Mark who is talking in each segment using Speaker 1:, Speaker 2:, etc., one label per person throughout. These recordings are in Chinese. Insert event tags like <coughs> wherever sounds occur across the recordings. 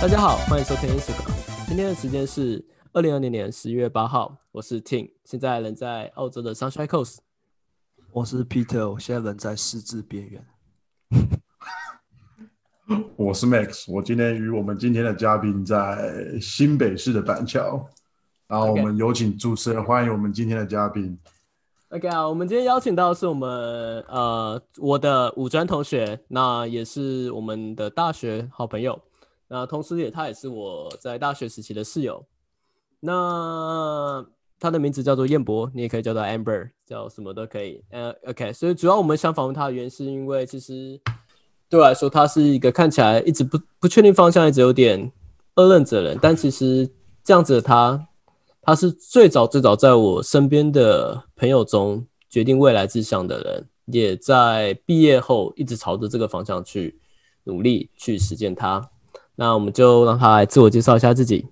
Speaker 1: 大家好，欢迎收听 Instagram。今天的时间是二零二零年十月八号，我是 Ting，现在人在澳洲的 Sunshine Coast。
Speaker 2: 我是 Peter，我现在人在失智边缘。
Speaker 3: 我是 Max，我今天与我们今天的嘉宾在新北市的板桥，然后我
Speaker 1: OK
Speaker 3: 们有请主持人欢迎我们今天的嘉宾。
Speaker 1: OK 啊，我们今天邀请到的是我们呃我的五专同学，那也是我们的大学好朋友，那同时也他也是我在大学时期的室友。那他的名字叫做燕博，你也可以叫他 Amber，叫什么都可以。呃，OK，所以主要我们想访问他的原因是因为其实对我来说，他是一个看起来一直不不确定方向，一直有点二愣子的人，但其实这样子的他他是最早最早在我身边的朋友中决定未来志向的人，也在毕业后一直朝着这个方向去努力去实践它。那我们就让他来自我介绍一下自己。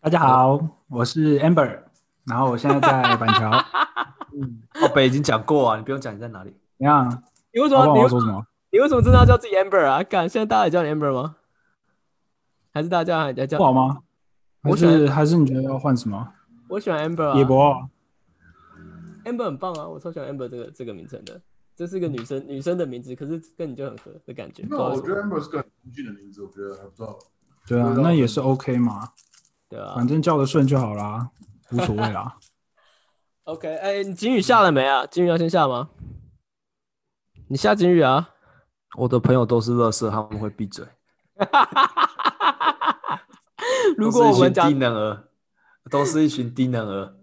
Speaker 4: 大家好，我是 Amber，然后我现在在板
Speaker 1: <laughs>
Speaker 4: 桥。
Speaker 2: 哦，北已经讲过啊，你不用讲你在哪里。
Speaker 4: 怎样？
Speaker 1: 你为什
Speaker 4: 老
Speaker 1: 么啊你
Speaker 4: 板我要
Speaker 1: 为
Speaker 4: 说什么？
Speaker 1: 你为什么真的要叫自己 Amber 啊？敢现在大家也叫你 Amber 吗？还是大家还在叫
Speaker 4: 不？好吗？还
Speaker 1: 我喜欢
Speaker 4: 是还是你觉得要换什么？
Speaker 1: 我喜欢 Amber 啊
Speaker 4: 野博，
Speaker 1: ，Amber 很棒啊，我超喜欢 Amber 这个这个名称的。这是一个女生女生的名字，可是跟你就很合的感觉。不
Speaker 3: 那
Speaker 1: 知道为
Speaker 3: 我
Speaker 1: 什么
Speaker 3: 觉得 Amber 是个很通讯的名字，我觉得还不错。
Speaker 4: 对啊，那也是 OK 嘛，
Speaker 1: 对啊，
Speaker 4: 反正叫得顺就好啦，无所谓
Speaker 1: <laughs>
Speaker 4: 啦。
Speaker 1: OK，哎、你警语下了没啊？警语要先下吗？你下警语啊！
Speaker 2: 我的朋友都是乐色，他们会闭嘴。
Speaker 1: <laughs> 如果我们
Speaker 2: 都是一群低
Speaker 1: 讲，
Speaker 2: 能儿，都是一群低能儿。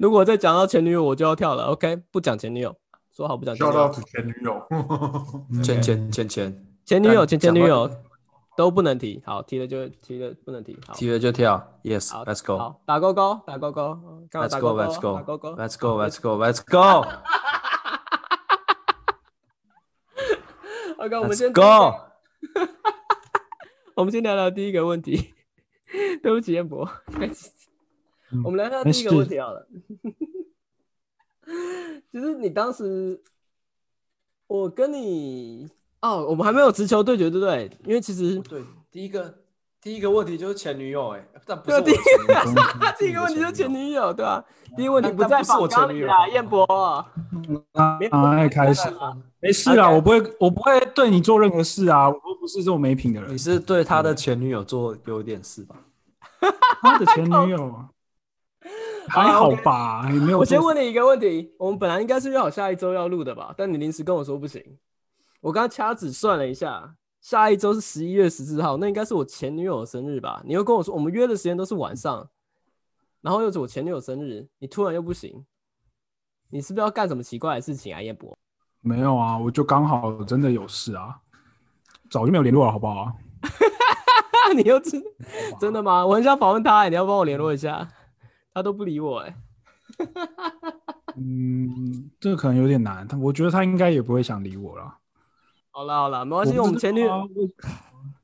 Speaker 1: 如果再讲到前女友，我就要跳了。OK，不讲前女友，说好不讲前女
Speaker 3: Shout
Speaker 1: 友
Speaker 3: out，to 前女友，
Speaker 1: 嗯
Speaker 2: 圈圈圈圈，
Speaker 1: 前女友、
Speaker 2: 但
Speaker 1: 前前女
Speaker 2: 讲
Speaker 1: 友
Speaker 2: 话
Speaker 1: 都不能提。好，提了就提了，不能提。好，
Speaker 2: 踢了就跳。Yes，Let's
Speaker 1: 好，好，打勾勾，打勾勾，嗯干嘛打
Speaker 2: go，Let's
Speaker 1: 勾勾打
Speaker 2: go，Let's
Speaker 1: 勾勾。
Speaker 2: go，Let's go，Let's go，Let's
Speaker 1: <laughs>
Speaker 2: go，Let's
Speaker 1: OK，我们先
Speaker 2: go。
Speaker 1: 我们先聊聊第一个问题。 <laughs> 对不起，彦博，
Speaker 2: 嗯
Speaker 1: 我们来聊
Speaker 4: 没
Speaker 1: 第一个问
Speaker 4: 事
Speaker 1: 题好了。 <laughs> 就是你当时，我跟你哦，我们还没有直球对决，对不对？因为其实
Speaker 2: 对，第一个第一个问题就是前女友，哎，但不
Speaker 1: 欸是我的前，
Speaker 2: 前女友
Speaker 1: 第一个问题就是前女友，对吧、第一个问题
Speaker 2: 那
Speaker 1: 不
Speaker 2: 那
Speaker 1: 在
Speaker 2: 不是我
Speaker 1: 访纲
Speaker 2: 前女
Speaker 1: 里
Speaker 2: 友
Speaker 1: 啊，彦博。
Speaker 4: 啊
Speaker 1: 没有
Speaker 4: 爱开始，没事啦，
Speaker 1: OK
Speaker 4: 我不会，我不会对你做任何事啊，我又不是这种没品的人
Speaker 2: 你。是对他
Speaker 1: 嗯
Speaker 2: 的前女友做有点事吧？
Speaker 4: 他的前
Speaker 1: <laughs>
Speaker 4: 女友还好吧，也没有。
Speaker 1: 我先，问你一个问题，我们本来应该是约好下一周要录的吧，但你临时跟我说不行。我刚掐指算了一下，下一周是十一月十四号，那应该是我前女友的生日吧？你又跟我说我们约的时间都是晚上，然后又是我前女友生日，你突然又不行，你是不是要干什么奇怪的事情啊，叶博？ <laughs>
Speaker 4: 没有啊，我就刚好真的有事啊，早就没有联络了，好不好啊？
Speaker 1: 你又知真的吗？我很想访问他、欸你要帮我联络一下，他都不理我哎、
Speaker 4: 嗯，这个可能有点难，但我觉得他应该也不会想理我了。
Speaker 1: 好啦好啦，没
Speaker 4: 而
Speaker 1: 关系，我们前女友，
Speaker 4: 我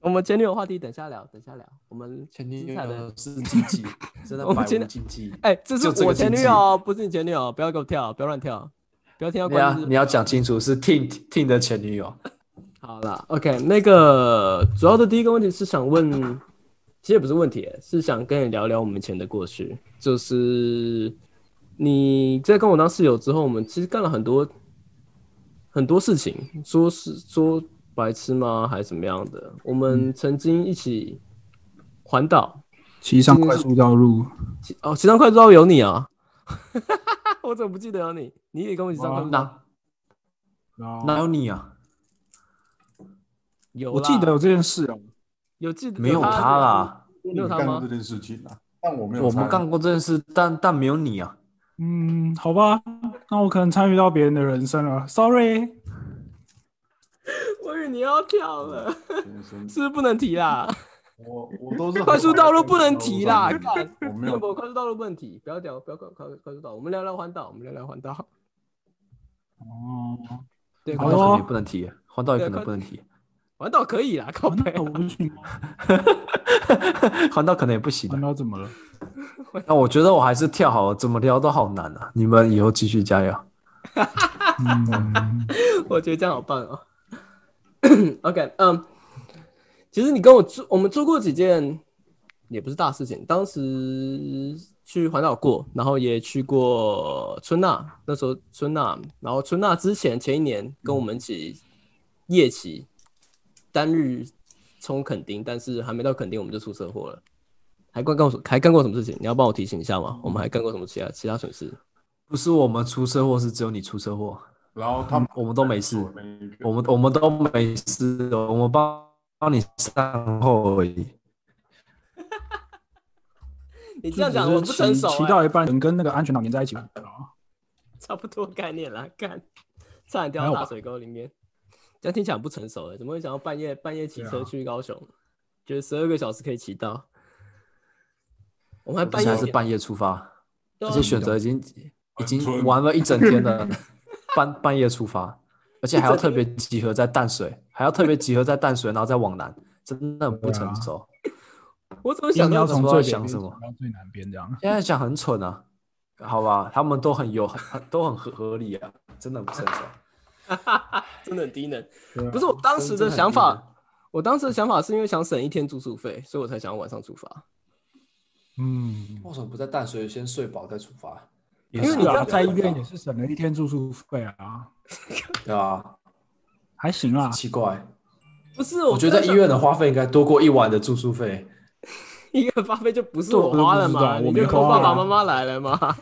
Speaker 1: 我们前女友话题等下聊，等下聊，我们
Speaker 2: 前女
Speaker 1: 精彩的
Speaker 2: 友是禁
Speaker 1: <laughs>
Speaker 2: 忌，真的
Speaker 1: 我
Speaker 2: 百
Speaker 1: 们今
Speaker 2: 无
Speaker 1: 天
Speaker 2: 禁忌。
Speaker 1: 哎、这
Speaker 2: 就是这
Speaker 1: 我
Speaker 2: 个
Speaker 1: 前
Speaker 2: 禁
Speaker 1: 女
Speaker 2: 忌
Speaker 1: 友哦，不是你前女友，不要给我跳，不要乱跳，不要听到
Speaker 2: 你要
Speaker 1: 啊关键字
Speaker 2: 你要讲清楚，是 Tin Tin 的前女友。
Speaker 1: 好啦 o k 那个主要的第一个问题是想问，其实也不是问题，是想跟你聊聊我们以前的过去。就是你在跟我当室友之后，我们其实干了很多很多事情，说是说白痴吗，还是怎么样的？我
Speaker 2: 嗯
Speaker 1: 们曾经一起环岛，
Speaker 4: 骑上快速道路，
Speaker 1: 其哦，其中快知道有你啊， <laughs> 我怎么不记得有你？你也跟我一起上
Speaker 4: 哇
Speaker 1: 快速道
Speaker 2: 哪
Speaker 4: 然后
Speaker 2: 哪有你啊？
Speaker 1: 有
Speaker 4: 我
Speaker 1: 啦
Speaker 4: 记得有这件事哦。
Speaker 1: 有记得
Speaker 2: 没有他
Speaker 1: 他，
Speaker 2: 啦，
Speaker 1: 没
Speaker 3: 你
Speaker 1: 有他
Speaker 3: 干过这
Speaker 1: 吗？
Speaker 3: 件事情啊？ <laughs> 但我没有，
Speaker 2: 我们干。过这件事，但但没有你啊。
Speaker 4: 嗯，好吧，那我可能参与到别人的人生了，sorry。
Speaker 1: <laughs> 我以为你要跳了，<laughs>
Speaker 3: 嗯
Speaker 1: 是不是不能提啦？
Speaker 3: 我我都
Speaker 1: <laughs>
Speaker 3: 是
Speaker 1: 快速道路不能提啦
Speaker 3: 很快我 <laughs>
Speaker 1: <laughs>
Speaker 3: 没有
Speaker 1: 不，快速道路不能提，不要聊，不要快快快速道，我们聊聊环岛，我们聊聊环岛。
Speaker 4: 哦，
Speaker 1: 对，
Speaker 4: 好
Speaker 2: 环
Speaker 1: 环岛
Speaker 2: 岛可
Speaker 4: 哦
Speaker 2: 能也不能提，啊环岛也可能不能提，
Speaker 1: 环岛可以啦，靠
Speaker 4: 那
Speaker 1: 背
Speaker 4: 我不行吗？
Speaker 2: 环岛可能也不行啊
Speaker 4: 难。道怎么了？
Speaker 2: 那我觉得我还是跳好了，怎么聊都好难啊！你们以后继续加油。
Speaker 4: 嗯，
Speaker 1: <coughs> 我觉得这样好棒哦。OK，嗯，其其实你跟我做，我们做过几件，也不是大事情。当时去环岛过，然后也去过春娜，那时候春娜，然后春娜之前前一年跟我们一起夜骑，单日冲垦丁，但是还没到垦丁我们就出车祸了。还干过什还干过什么事情？你要帮我提醒一下吗？我们还干过什么其他其他损失？
Speaker 2: 不是我们出车祸，是只有你出车祸，
Speaker 3: 然后他们
Speaker 2: 我们都没事，
Speaker 3: 每一个
Speaker 2: 我们我们都没事，我们帮帮你善后而已。
Speaker 1: 你这样讲我不成熟、
Speaker 4: 骑
Speaker 1: 欸，
Speaker 4: 到一半，人跟那个安全岛粘在一起了。哦
Speaker 1: 差不多概念啦，干，差点掉
Speaker 4: 还
Speaker 1: 到
Speaker 4: 好
Speaker 1: 大
Speaker 4: 吧
Speaker 1: 水沟里面。这样听起来很不成熟哎，怎么会想要半夜半夜骑车
Speaker 4: 对啊
Speaker 1: 去高雄？觉得十二个小时可以骑到，我们还
Speaker 2: 而
Speaker 1: 哎半
Speaker 2: 且
Speaker 1: 夜
Speaker 2: 还是半夜出发，
Speaker 1: 对
Speaker 2: 这
Speaker 1: 啊
Speaker 2: 些选择已经已
Speaker 3: 纯
Speaker 2: 经玩了一整天了， <laughs> 半半夜出发，而且还要特别集合在淡水，还要特别集合在淡水，然后再往南，真的很不
Speaker 4: 啊
Speaker 2: 成熟。
Speaker 1: 我怎么想到
Speaker 4: 要
Speaker 1: 这
Speaker 4: 从
Speaker 1: 种
Speaker 4: 最
Speaker 2: 在想
Speaker 4: 北边
Speaker 2: 什么
Speaker 4: 骑到最南边这样。
Speaker 2: 现在想很蠢啊，好吧，他们都很有很都很合合理啊，真的很不成熟。
Speaker 1: 真的很低能？
Speaker 4: 对啊
Speaker 1: 不是我当时的想
Speaker 2: 真的很低
Speaker 1: 法，我当时的想法是因为想省一天住宿费，所以我才想要晚上出发。
Speaker 4: 嗯，
Speaker 2: 为什么不在淡水先睡饱再出发？
Speaker 4: 也
Speaker 1: 因为
Speaker 4: 是
Speaker 1: 你
Speaker 4: 啊，
Speaker 1: 刚
Speaker 4: 在医院也是省了一天住宿费啊，
Speaker 2: 对啊，
Speaker 4: 还行啊。
Speaker 2: 奇怪，
Speaker 1: 不是，
Speaker 2: 我觉得
Speaker 1: 在
Speaker 2: 在
Speaker 1: 想
Speaker 2: 医院的花费应该多过一晚的住宿费。
Speaker 1: 一个花费就不是
Speaker 4: 这
Speaker 1: 我
Speaker 4: 我真的
Speaker 1: 花了
Speaker 4: 不知
Speaker 1: 嘛，
Speaker 4: 道
Speaker 1: 你
Speaker 4: 我
Speaker 1: 就
Speaker 4: 没
Speaker 1: 靠
Speaker 4: 花
Speaker 1: 爸爸
Speaker 4: 啊
Speaker 1: 妈妈来了嘛。 <laughs>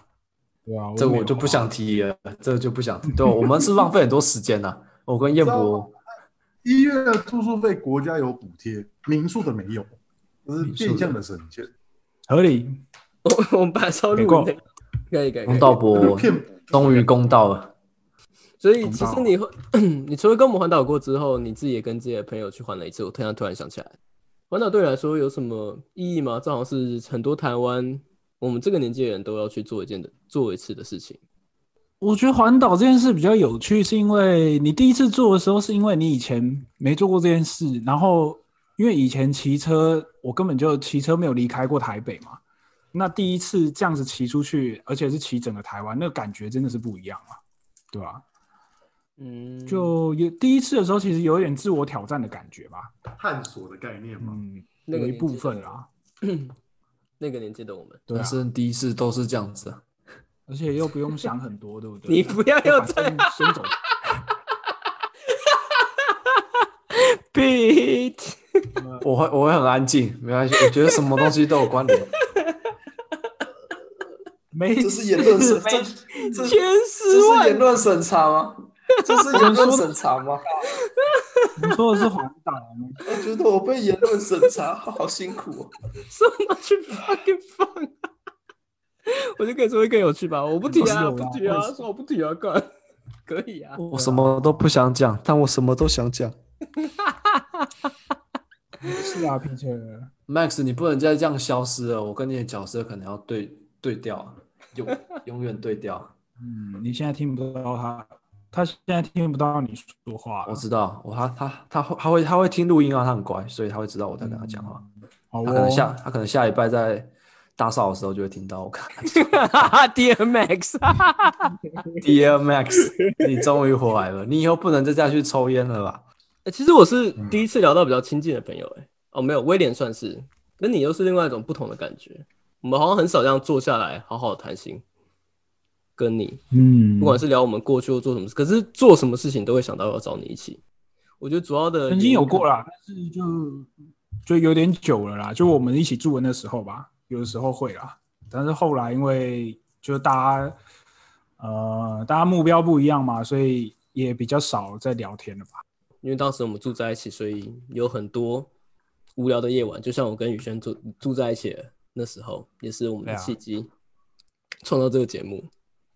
Speaker 4: 对啊，
Speaker 2: 这
Speaker 4: 没
Speaker 2: 我
Speaker 4: 有
Speaker 2: 就不
Speaker 4: 花
Speaker 2: 想提了，这就不想提。对，我们是浪费很多时间呐、我跟彦博，
Speaker 3: 医院的住宿费国家有补贴，民宿的没有，这是变相的省钱，
Speaker 4: 合理。
Speaker 1: 我们本来是要
Speaker 4: 没
Speaker 1: 录
Speaker 4: 空
Speaker 1: 那个，可以可以可
Speaker 2: 公
Speaker 1: 以。
Speaker 2: 道
Speaker 3: 这是
Speaker 2: 博
Speaker 3: 骗补贴
Speaker 2: <laughs> 终于公道了。
Speaker 1: 所以其
Speaker 4: 通
Speaker 1: 实
Speaker 4: 道
Speaker 1: 你会， <clears throat> 你除了跟我们环岛过之后，你自己也跟自己的朋友去环了一次。我突然突然想起来，环岛对你来说有什么意义吗？这好像是很多台湾我们这个年纪的人都要去做一件的做一次的事情。
Speaker 4: 我觉得环岛这件事比较有趣，是因为你第一次做的时候，是因为你以前没做过这件事，然后因为以前骑车，我根本就骑车没有离开过台北嘛。那第一次这样子骑出去，而且是骑整个台湾，那个感觉真的是不一样啊，对吧、
Speaker 1: 嗯，
Speaker 4: 就有第一次的时候，其实有一点自我挑战的感觉吧，
Speaker 3: 探索的概念嘛。
Speaker 4: 嗯，
Speaker 1: 那个
Speaker 4: 有一
Speaker 1: 年纪
Speaker 4: 部
Speaker 1: 的
Speaker 4: 分啦，
Speaker 1: 那个年纪的我们，
Speaker 4: 对
Speaker 2: 人
Speaker 4: 啊，
Speaker 2: 生第一次都是这样子啊，
Speaker 4: 而且又不用想很多，对不对？
Speaker 1: <laughs> 你不要
Speaker 4: 就
Speaker 1: 又
Speaker 4: 反
Speaker 1: 这
Speaker 4: 正
Speaker 1: 样
Speaker 4: 先走
Speaker 1: 闭
Speaker 2: 我会我会很安静，没关系，我觉得什么东西都有关联。
Speaker 4: 没
Speaker 2: <laughs> 这是言 <laughs> 论审，这
Speaker 4: 没
Speaker 2: 这
Speaker 1: 千
Speaker 2: 这
Speaker 1: 丝
Speaker 2: 是言
Speaker 1: 万
Speaker 2: 论审查 <laughs> 吗？这是言论审查吗？
Speaker 4: 你说的是环岛吗？
Speaker 2: 我觉得我被言论审查，好辛苦、哦。
Speaker 1: 什么去 fucking 放、啊， <laughs> 我就跟你说会更有趣吧。我不提
Speaker 4: 不是
Speaker 1: 啊，
Speaker 4: 有
Speaker 1: 不
Speaker 4: 啦
Speaker 1: 提啊
Speaker 4: 我也，是
Speaker 1: 说我不提啊，干，可以啊。
Speaker 2: 我什么都不想讲，但我什么都想讲。
Speaker 4: 是啊，Peter。
Speaker 2: Max，你不能再这样消失了，我跟你的角色可能要对对调啊， <laughs> 永永远对调。啊
Speaker 4: 嗯，你现在听不到他，他现在听不到你说话了。
Speaker 2: 我知道，我他他他会他会他会听录音啊，他很乖，所以他会知道我在跟他讲话。
Speaker 4: 好
Speaker 2: 他可能
Speaker 4: 哦，
Speaker 2: 下他可能下礼拜在大扫的时候就会听到我看。
Speaker 1: <laughs> Dear Max，
Speaker 2: <laughs> Dear Max，你终于回来了，你以后不能再这样去抽烟了吧？
Speaker 1: 欸其实我是
Speaker 4: 嗯
Speaker 1: 第一次聊到比较亲近的朋友、欸，哦，没有，威廉算是，跟你又是另外一种不同的感觉。我们好像很少这样坐下来好好地谈心，跟你，
Speaker 4: 嗯
Speaker 1: 不管是聊我们过去或做什么事，可是做什么事情都会想到要找你一起。我觉得主要的
Speaker 4: 曾经有过
Speaker 1: 了，
Speaker 4: 啦，但是就就有点久了啦，就我们一起住的那时候吧，有的时候会啦，但是后来因为就大家呃大家目标不一样嘛，所以也比较少在聊天了吧。
Speaker 1: 因为当时我们住在一起，所以有很多无聊的夜晚，就像我跟宇轩住住在一起的那时候，也是我们的
Speaker 4: 对啊
Speaker 1: 契机，创造这个节目。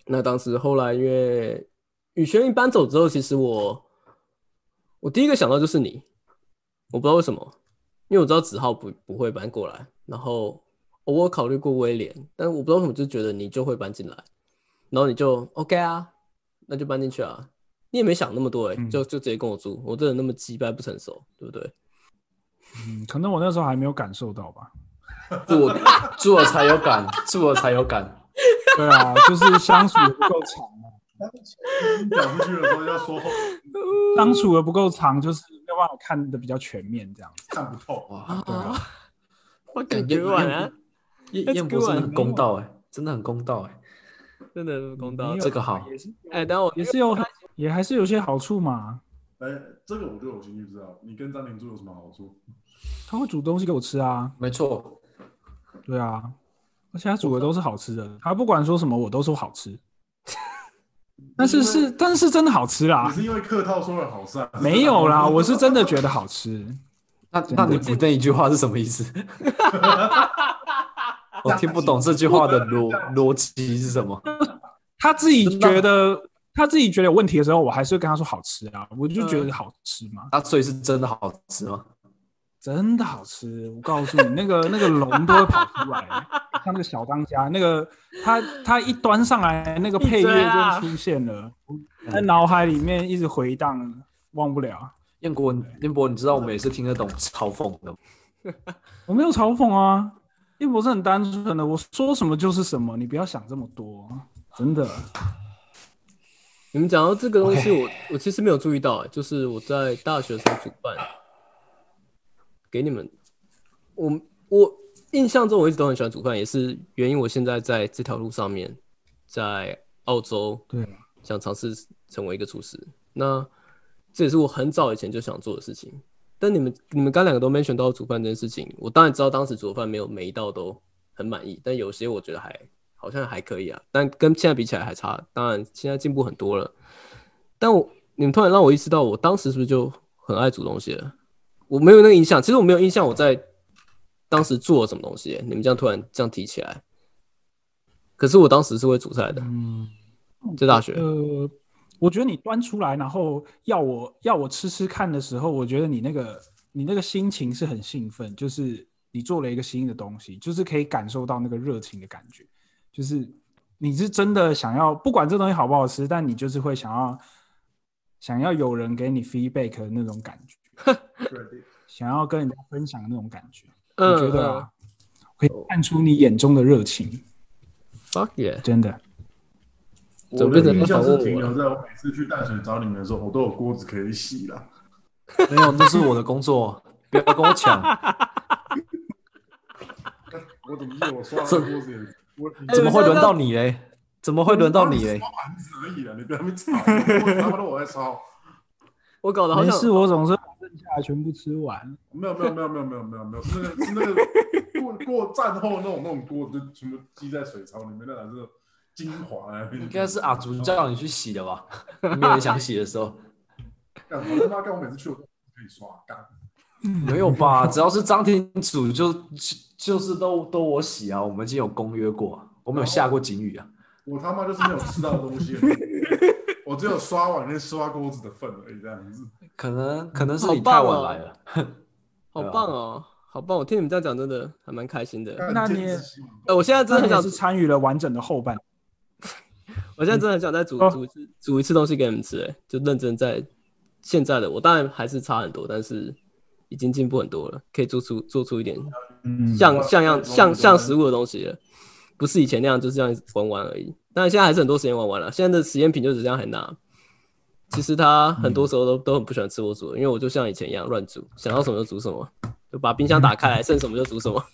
Speaker 1: 那当时后来因为宇轩一搬走之后，其实我我第一个想到就是你，我不知道为什么，因为我知道子浩不不会搬过来，然后我有考虑过威廉，但是我不知道为什么就觉得你就会搬进来，然后你就 OK 啊，那就搬进去啊，你也没想那么多哎、
Speaker 4: 嗯
Speaker 1: 就就直接跟我住，我这人那么鸡掰不成熟，对不对？
Speaker 4: 嗯，可能我那时候还没有感受到吧。
Speaker 2: 住我住我才有感，住我才有
Speaker 1: <laughs>
Speaker 2: 感。
Speaker 4: 对啊， <laughs> 就是相处的不够长嘛，
Speaker 3: <laughs> 讲出去的时候要说后
Speaker 4: 相处的不够长，就是有办法看的比较全面这样子。
Speaker 3: 看不透。
Speaker 1: 哦
Speaker 2: 哇，
Speaker 4: 对啊，
Speaker 2: 感
Speaker 1: Fucking
Speaker 2: 觉
Speaker 1: good one 啊，
Speaker 2: 燕
Speaker 1: That's
Speaker 2: 燕博真
Speaker 1: good
Speaker 2: 的
Speaker 1: 啊
Speaker 2: 很
Speaker 1: one
Speaker 2: 公道哎、真的很公道哎、
Speaker 1: 真的公道
Speaker 4: 没。有
Speaker 2: 这个好
Speaker 4: 也是有
Speaker 1: 哎，但我
Speaker 4: 也是有也还是有些好处嘛。
Speaker 3: 哎，这个我就有兴趣知道，你跟张明珠有什么好处？
Speaker 4: 他会煮东西给我吃啊，
Speaker 2: 没错，
Speaker 4: 对啊，而且他煮的都是好吃的，他不管说什么我都说好吃。但是是但是真的好吃
Speaker 3: 你
Speaker 2: 啊
Speaker 4: 啦，
Speaker 3: 是因为客套说了好善，
Speaker 4: 没有啦，我是真的觉得好吃。
Speaker 2: 那那你补那一句话是什么
Speaker 1: <laughs>
Speaker 2: 意思？我听不懂这句话的逻逻辑是什么。
Speaker 4: 他自己觉得他自己觉得有问题的时候，我还是会跟他说好吃啊，我就觉得好吃嘛，
Speaker 2: 啊，所以是真的好吃吗？
Speaker 4: 真的好吃。我告诉你，那个那个龙都会跑出来，像那个小当家，那个他他一端上来，那个配
Speaker 1: 闭嘴啊
Speaker 4: 乐就出现了，在脑海里面一直回荡，忘不了。
Speaker 2: 燕国燕博，你知道我们也是听得懂嘲讽的吗，
Speaker 4: 我没有嘲讽啊，叶博是很单纯的，我说什么就是什么，你不要想这么多，真的。
Speaker 1: 你们讲到这个东西，我我其实没有注意到、欸，就是我在大学的时候主办，给你们，我我印象中我一直都很喜欢煮饭，也是原因我现在在这条路上面，在澳洲
Speaker 4: 对，
Speaker 1: 想尝试成为一个厨师。那这也是我很早以前就想做的事情。但你们你们刚两个都 mention 到煮饭这件事情，我当然知道当时煮的饭没有每一道都很满意，但有些我觉得还好像还可以啊，但跟现在比起来还差。当然现在进步很多了，但我你们突然让我意识到，我当时是不是就很爱煮东西了？我没有那个印象，其实我没有印象我在当时做了什么东西。你们这样突然这样提起来，可是我当时是会煮菜的，
Speaker 4: 嗯，
Speaker 1: 在大学。
Speaker 4: 呃，我觉得你端出来，然后要我要我吃吃看的时候，我觉得你那个你那个心情是很兴奋，就是你做了一个新的东西，就是可以感受到那个热情的感觉，就是你是真的想要，不管这东西好不好吃，但你就是会想要想要有人给你 feedback 的那种感觉，想要跟人家分享的那种感觉，
Speaker 1: 嗯
Speaker 4: 我觉得啊，可以看出你眼中的热情，
Speaker 1: Fuck yeah！
Speaker 4: 真的。
Speaker 3: 我
Speaker 1: 准备
Speaker 3: 的
Speaker 1: 着
Speaker 3: 印象
Speaker 1: 访
Speaker 3: 是
Speaker 2: 啊
Speaker 1: 问
Speaker 3: 停
Speaker 1: 我
Speaker 3: 留在我每次去淡水找你们的时候，我都有锅子可以洗啦。
Speaker 2: <laughs> 没有，那是我的工作，不要跟我 <laughs> 抢。
Speaker 3: 我怎么记得我刷了锅子也我
Speaker 2: 怎么会轮到你嘞？怎么会轮到你嘞？
Speaker 3: 盘子而已啊？你不要被吵，我他妈的我在烧。
Speaker 1: 我搞得好
Speaker 4: 没
Speaker 1: 像
Speaker 4: 事，我总是把剩下的全部吃完。
Speaker 3: 没有没有没有没有没有没有没有，是那个是那个过过战后那种那种锅就全部积在水槽里面，那才是精华啊。
Speaker 2: <laughs> 应该是阿竹叫你去洗的吧？没有人想洗的时候， <laughs>
Speaker 3: 干我他妈干，我每次去我都可以刷干。
Speaker 2: 没有吧？只要是张庭主就就就是都都我洗啊，我们已经有公约过啊，我们有下过警语啊。
Speaker 3: 我他妈就是没有吃到的东西， <laughs> 我只有刷碗跟刷锅子的份而已，这样子。
Speaker 2: 可能可能是
Speaker 1: 好
Speaker 2: 你
Speaker 1: 棒
Speaker 2: 太晚
Speaker 1: 哦
Speaker 2: 来了，
Speaker 1: 好棒哦，好棒！我听你们这样讲，真的还蛮开心的。
Speaker 4: 那你也
Speaker 1: 呃，我现在真的
Speaker 4: 真
Speaker 1: 很想
Speaker 4: 哎的是，参与了完整的后半，
Speaker 1: 我现在真的很想再煮
Speaker 4: 哦
Speaker 1: 煮一次煮一次东西给你们吃，哎，就认真在现在的我，当然还是差很多，但是已经进步很多了，可以做出做出一点
Speaker 3: 嗯
Speaker 1: 像像样像像食物的东西了，不是以前那样就是这样玩玩而已。但现在还是很多时间玩玩了，现在的实验品就是这样很拿。其实他很多时候都、都很不喜欢吃我煮的，因为我就像以前一样乱煮，想到什么就煮什么，就把冰箱打开来，剩什么就煮什么。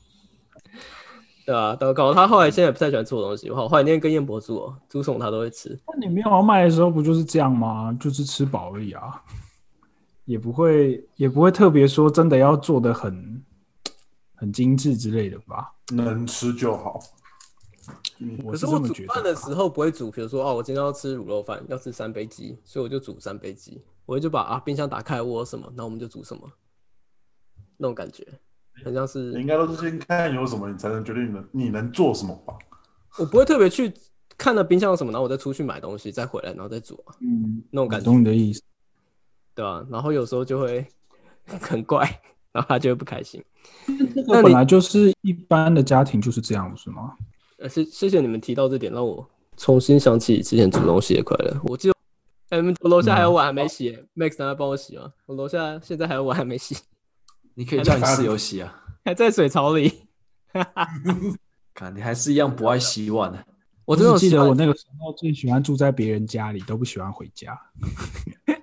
Speaker 1: <laughs> 对啊，搞搞他后来现在也不太喜欢吃我东西，我好怀念跟燕博住哦，煮什么他都会吃。
Speaker 4: 那你没有要卖的时候不就是这样吗？就是吃饱而已啊，也不会也不会特别说真的要做的很很精致之类的吧？
Speaker 3: 能吃就好。
Speaker 4: 我
Speaker 1: 可是
Speaker 4: 这
Speaker 1: 我
Speaker 4: 么
Speaker 1: 煮
Speaker 4: 觉
Speaker 1: 饭
Speaker 4: 得
Speaker 1: 的
Speaker 4: 吧。
Speaker 1: 时候不会煮，比如说哦，我今天要吃卤肉饭，要吃三杯鸡，所以我就煮三杯鸡，我就把啊冰箱打开，我有什么，那我们就煮什么，那种感觉，很像是
Speaker 3: 你应该都是先看有什么，你才能决定你能你能做什么吧。
Speaker 1: 我不会特别去看了冰箱有什么，然后我再出去买东西，再回来然后再煮啊，
Speaker 4: 嗯，
Speaker 1: 那种
Speaker 4: 我
Speaker 1: 感觉，
Speaker 4: 懂你的意思。
Speaker 1: 对吧、然后有时候就会 <laughs> 很怪，然后他就会不开心。
Speaker 4: 这
Speaker 1: 那
Speaker 4: 个
Speaker 1: 你
Speaker 4: 本来就是一般的家庭就是这样，不是吗？
Speaker 1: 呃，谢谢谢你们提到这点，让我重新想起之前煮东西的快乐。我记得，哎、你们我楼下还有碗还
Speaker 4: 嗯
Speaker 1: 没洗、m a x 拿来帮我洗吗？我楼下现在还有碗还没洗。
Speaker 2: 你可以叫你室友洗 <laughs> 啊。
Speaker 1: 还在水槽里。
Speaker 2: 看你还是一样不爱洗碗啊的、
Speaker 1: 我
Speaker 4: 我
Speaker 1: 真的有
Speaker 4: 只记得
Speaker 1: 习
Speaker 4: 我
Speaker 1: 惯
Speaker 4: 那个时候最喜欢住在别人家里，都不喜欢回家。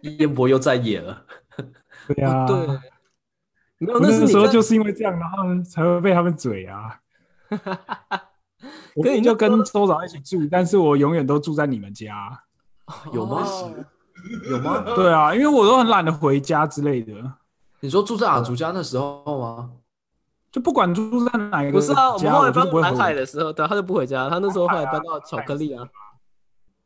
Speaker 2: 燕博又在野了。
Speaker 4: 对啊，
Speaker 1: 哦对，没有，哦
Speaker 4: 我
Speaker 1: 那是
Speaker 4: 个
Speaker 1: 你
Speaker 4: 时候
Speaker 1: 在
Speaker 4: 就是因为这样，然后才会被他们嘴啊。
Speaker 1: <laughs>
Speaker 4: 我
Speaker 1: 可以
Speaker 4: 就
Speaker 1: 那时候
Speaker 4: 跟周长一起住，但是我永远都住在你们家。
Speaker 2: 有吗
Speaker 1: 哦
Speaker 2: 有吗？
Speaker 4: 对啊，因为我都很懒得回家之类的，
Speaker 2: 你说住在阿竹家那时候吗？
Speaker 4: 就不管住在哪一个
Speaker 1: 不是啊，我们
Speaker 4: 家，
Speaker 1: 后
Speaker 4: 我
Speaker 1: 来
Speaker 4: 就
Speaker 1: 搬
Speaker 4: 是不会
Speaker 1: 南
Speaker 4: 回
Speaker 1: 海的时候，对，他就不回家，他那时候后来搬到巧克力啊。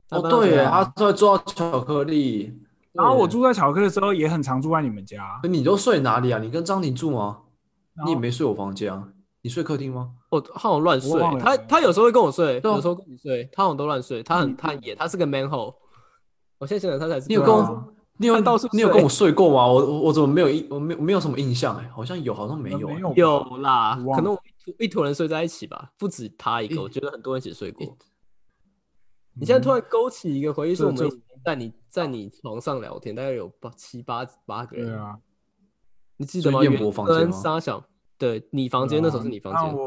Speaker 1: 他
Speaker 2: 哦，
Speaker 1: 搬到
Speaker 2: 对
Speaker 1: 巧克
Speaker 2: 耶，
Speaker 1: 力
Speaker 2: 他
Speaker 4: 啊
Speaker 2: 在做巧克力。
Speaker 4: 然后
Speaker 2: 对
Speaker 4: 我
Speaker 2: 耶，
Speaker 4: 住在巧克力的时候，也很常住在你们家。
Speaker 2: 你都睡哪里啊？你跟张婷住吗？
Speaker 4: 然
Speaker 2: 你
Speaker 4: 后
Speaker 2: 也没睡我房间啊？你睡客厅吗？
Speaker 1: 哦，他好像乱睡
Speaker 4: 我忘，了
Speaker 1: 他他有时候会跟我睡，
Speaker 2: 对啊
Speaker 1: 有时候跟你睡，他好像都乱睡，他很他很野，他是个 man hole。我现在想想，他才是
Speaker 2: 你有
Speaker 1: 个
Speaker 2: 跟
Speaker 1: man
Speaker 2: 我
Speaker 4: 啊
Speaker 1: hole
Speaker 2: 你有
Speaker 1: 他到处
Speaker 2: 你有
Speaker 1: 睡
Speaker 2: 跟我睡过吗？我我我怎么没有印我没有没有什么印象哎，好像有，好像没有
Speaker 4: 没
Speaker 2: 哎。
Speaker 4: 有吧
Speaker 1: 有啦
Speaker 4: 我，忘
Speaker 1: 可能我一坨一坨人睡在一起吧，不止他一
Speaker 2: 一
Speaker 1: 个，我觉得很多人一起睡过。
Speaker 4: 嗯
Speaker 1: 你现在突然勾起一个回忆，是
Speaker 4: 这
Speaker 1: 我们
Speaker 4: 这
Speaker 1: 以前在你在你床上聊天，大概有八七八八个
Speaker 4: 对
Speaker 1: 人，
Speaker 4: 啊，
Speaker 1: 你记得吗？
Speaker 2: 就燕
Speaker 1: 跟
Speaker 2: 博房间吗
Speaker 1: 沙小，对你房间那时候是你房
Speaker 2: 啊
Speaker 4: 那
Speaker 1: 间，
Speaker 4: 我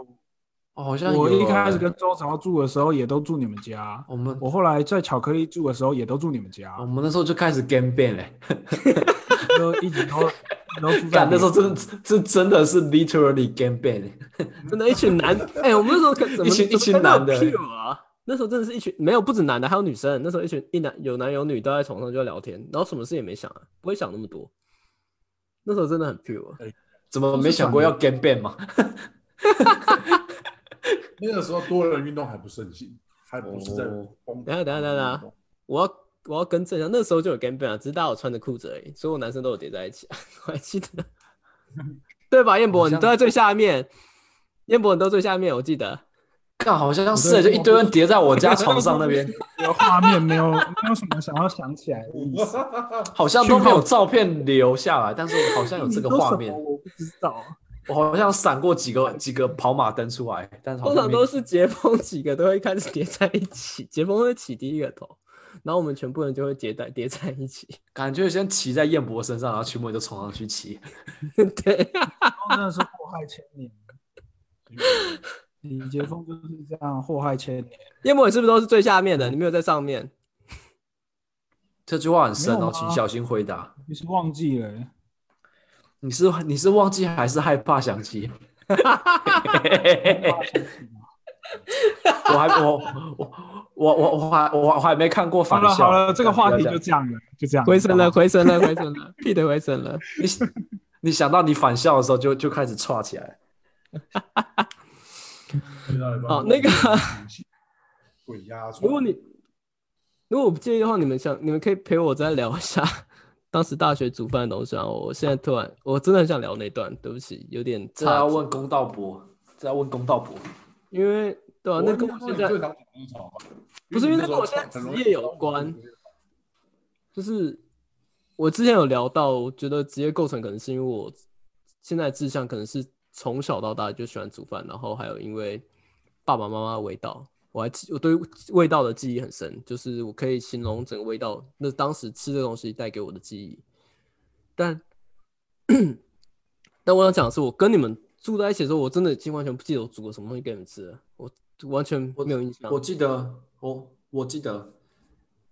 Speaker 2: 哦，好
Speaker 1: 啊
Speaker 2: 像有
Speaker 4: 我一开
Speaker 2: 哎
Speaker 4: 始跟周朝住的时候，也都住你们家。
Speaker 2: 我们
Speaker 4: 我后来在巧克力住的时候，也都住你们家
Speaker 2: 我，
Speaker 1: 哦
Speaker 2: 们那时候就开始 game ban 嘞，
Speaker 4: 就一直都一直都
Speaker 1: <laughs>
Speaker 4: 住在
Speaker 2: 干
Speaker 4: 你们
Speaker 2: 那时候真的是真的是 literally game ban 欸
Speaker 1: 真的，一群男，哎，我们那时候可怎么
Speaker 2: 一群
Speaker 1: 怎么
Speaker 2: 一群
Speaker 1: 看到
Speaker 2: 男的
Speaker 1: pure 啊？那时候真的是一群没有，不止男的，还有女生。那时候一群一男有男有女都在床上就在聊天，然后什么事也没想啊，不会想那么多。那时候真的很啊 pure，
Speaker 2: 怎么没想过要 game ban 嘛？
Speaker 3: 那个时候多人运动还不盛行，还不是在
Speaker 2: 哦
Speaker 3: 疯。
Speaker 1: 等一下等一下等一下我要我要更正一下，那时候就有 game ban 啊，只是大家有穿着裤子而已，所有男生都有叠在一起，啊 <laughs> 我还记
Speaker 2: <laughs>
Speaker 1: 得，对吧？彦博，
Speaker 2: 好
Speaker 1: 你
Speaker 2: 像
Speaker 1: 都在最下面，彦博你都最下面，我记得。
Speaker 2: 干好像是欸就一堆人叠在我家床上那边，
Speaker 4: 的画面没 <laughs> 有没有什么想要想起来的意思。
Speaker 3: <laughs>
Speaker 2: 好像都没有照片留下来，但是我好像有这个画面
Speaker 4: 你说什么，我不知道。
Speaker 2: 我好像闪过几个几个跑马灯出来，但是好
Speaker 1: 通
Speaker 2: 像
Speaker 1: 常
Speaker 2: 没
Speaker 1: 都是解封几个都会开始叠在一起， <laughs> 解封会起第一个头，然后我们全部人就会叠在叠在一起。 <laughs>
Speaker 2: 感觉先骑在燕博身上，然后曲莫就冲上去骑。
Speaker 1: 对，
Speaker 4: 然后真的是祸害千年。李杰峰就是这样祸害千年。
Speaker 1: 燕博你是不是都是最下面的？你没有在上面？
Speaker 2: 这句话很深
Speaker 4: 没有啊
Speaker 2: 哦
Speaker 4: 吗，
Speaker 2: 请小心回答。
Speaker 4: 你是忘记了？
Speaker 2: 你是你是忘记还是害怕想起？ <laughs> 哎我还我我我我我还我我还没看过
Speaker 4: 好
Speaker 2: 反
Speaker 4: 了
Speaker 2: 校。
Speaker 4: 好了，这个话题就
Speaker 2: 不
Speaker 4: 这样了，就这样。
Speaker 1: 回神了，
Speaker 4: 好不好
Speaker 1: 回神 <laughs> 了，回神了，屁的回神了。
Speaker 2: 要这样你你想到你返校的时候就就开始岔起来。
Speaker 1: 哦那个
Speaker 3: 鬼压床。
Speaker 1: 如果你如果我不介意的话，你们想你们可以陪我再聊一下 <laughs> 当时大学煮饭的东西啊。我现在突然我真的很想聊那段，对不起，有点
Speaker 2: 这要
Speaker 1: 差，
Speaker 2: 问公道伯，这要问公道伯。
Speaker 1: 因为对啊，那跟
Speaker 3: 我
Speaker 1: 我
Speaker 3: 跟你
Speaker 1: 现在
Speaker 3: 说你最常讲就是吵吧
Speaker 1: 不是因为那跟我现在职业有关。就是我之前有聊到，我觉得职业构成可能是因为我现在的志向可能是从小到大就喜欢煮饭，然后还有因为爸爸妈妈的味道，我还记我对味道的记忆很深，就是我可以形容整个味道，那当时吃的东西带给我的记忆。但 <clears throat> 但我想讲的是，我跟你们住在一起的时候，我真的已经完全不记得我煮过什么东西给你们吃了，我完全没有印象。
Speaker 2: 我记得我我记得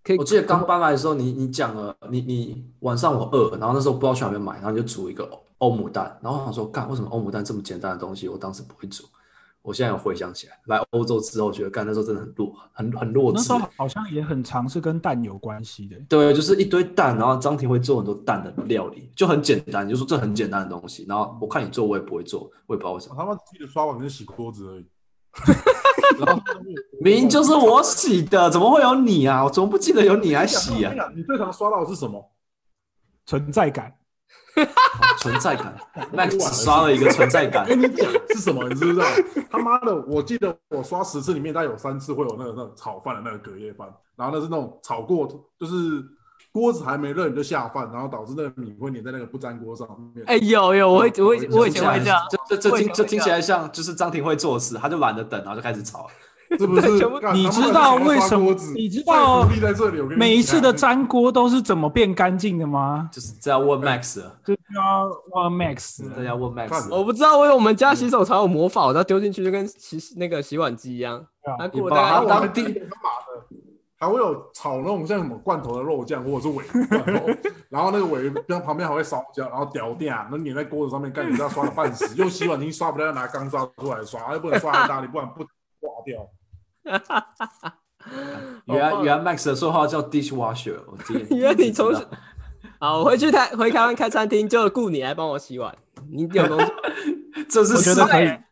Speaker 1: 可以
Speaker 2: 我记得刚搬来的时候，你你讲了，你你晚上我饿，然后那时候不知道去哪边买，然后你就煮一个欧姆蛋，然后我想说，干为什么欧姆蛋这么简单的东西，我当时不会煮。我现在有回想起来，来欧洲之后觉得干那时候真的很弱，很很弱
Speaker 4: 我那
Speaker 2: 智
Speaker 4: 时。候好像也很常是跟蛋有关系的。
Speaker 2: 对，就是一堆蛋，然后张婷会做很多蛋的料理，就很简单，你就说这很简单的东西。然后我看你做，我也不会做，我也不知道为什
Speaker 3: 我
Speaker 2: 么，
Speaker 3: 他妈记得刷碗跟洗锅
Speaker 1: <laughs>
Speaker 3: 子而已。然后
Speaker 2: 明明就是我洗的，怎么会有你啊？我怎么不记得有你来洗啊
Speaker 3: 我跟
Speaker 4: <laughs>
Speaker 3: 你？讲你最常刷到的是什么？
Speaker 4: 存在感，
Speaker 2: 存在感 <laughs> ，Max 刷了一个存在
Speaker 4: <laughs>
Speaker 2: 感
Speaker 3: 我。跟你讲是什么，你知 <laughs> 不知道？他妈的，我记得我刷十次里面，大概有三次会有那个那种炒饭的那个隔夜饭，然后那是那种炒过，就是锅子还没热你就下饭，然后导致那个米会粘在那个不粘锅上面。
Speaker 1: 哎、有有，我会我会我以前会这样，
Speaker 2: 这这
Speaker 1: 我
Speaker 2: 这
Speaker 1: 以前
Speaker 2: 听
Speaker 1: 会
Speaker 2: 这听
Speaker 1: 这
Speaker 2: 起来像就是张庭会做的事，他就懒得等，然后就开始吵。
Speaker 3: 是不是
Speaker 1: 全部？
Speaker 3: 干
Speaker 4: 哎你
Speaker 3: 他妈的
Speaker 4: 知道为什
Speaker 3: 刷
Speaker 4: 么
Speaker 3: 锅子
Speaker 4: 你知道
Speaker 3: 说服力在这里，我
Speaker 2: 嗯
Speaker 3: 跟你讲
Speaker 4: 每一次的
Speaker 2: 啊
Speaker 4: 粘锅都是怎么变干净的吗？
Speaker 2: 就是这要问 Max，了
Speaker 4: 这就要问 Max
Speaker 2: 大家
Speaker 4: 了。
Speaker 2: 问 Max，
Speaker 3: 看
Speaker 1: 我不知道，我有我们家洗手槽有魔法，我只要丢进去就跟洗那个洗碗机一样
Speaker 4: 对啊，
Speaker 1: 它
Speaker 2: 你
Speaker 1: 过了
Speaker 2: 把
Speaker 1: 大
Speaker 2: 它
Speaker 1: 概
Speaker 2: 当
Speaker 3: 我还记
Speaker 2: 第
Speaker 3: 得他妈的还会有炒那种像什么罐头的肉酱或者是尾鱼罐
Speaker 2: <laughs>
Speaker 3: 头，然后那个尾鱼然后旁边还会烧焦，然后掉掉，那粘在锅子上面，干你家刷了半死， <laughs> 用洗碗巾刷不掉，拿钢刷出来刷，啊又不能刷太大力，不然不刮掉。
Speaker 2: 原
Speaker 1: 好
Speaker 2: 来
Speaker 1: 棒
Speaker 2: 原来 Max 的绰号叫 dishwasher，我第
Speaker 1: <laughs>
Speaker 2: 一
Speaker 1: 因为你从
Speaker 2: 从
Speaker 1: 小啊，我回去台回台湾开餐厅就雇你来帮我洗碗，你有工
Speaker 2: <laughs>
Speaker 1: 作，
Speaker 2: 这是啊
Speaker 4: 我觉
Speaker 2: 事
Speaker 4: 得可以
Speaker 2: 业，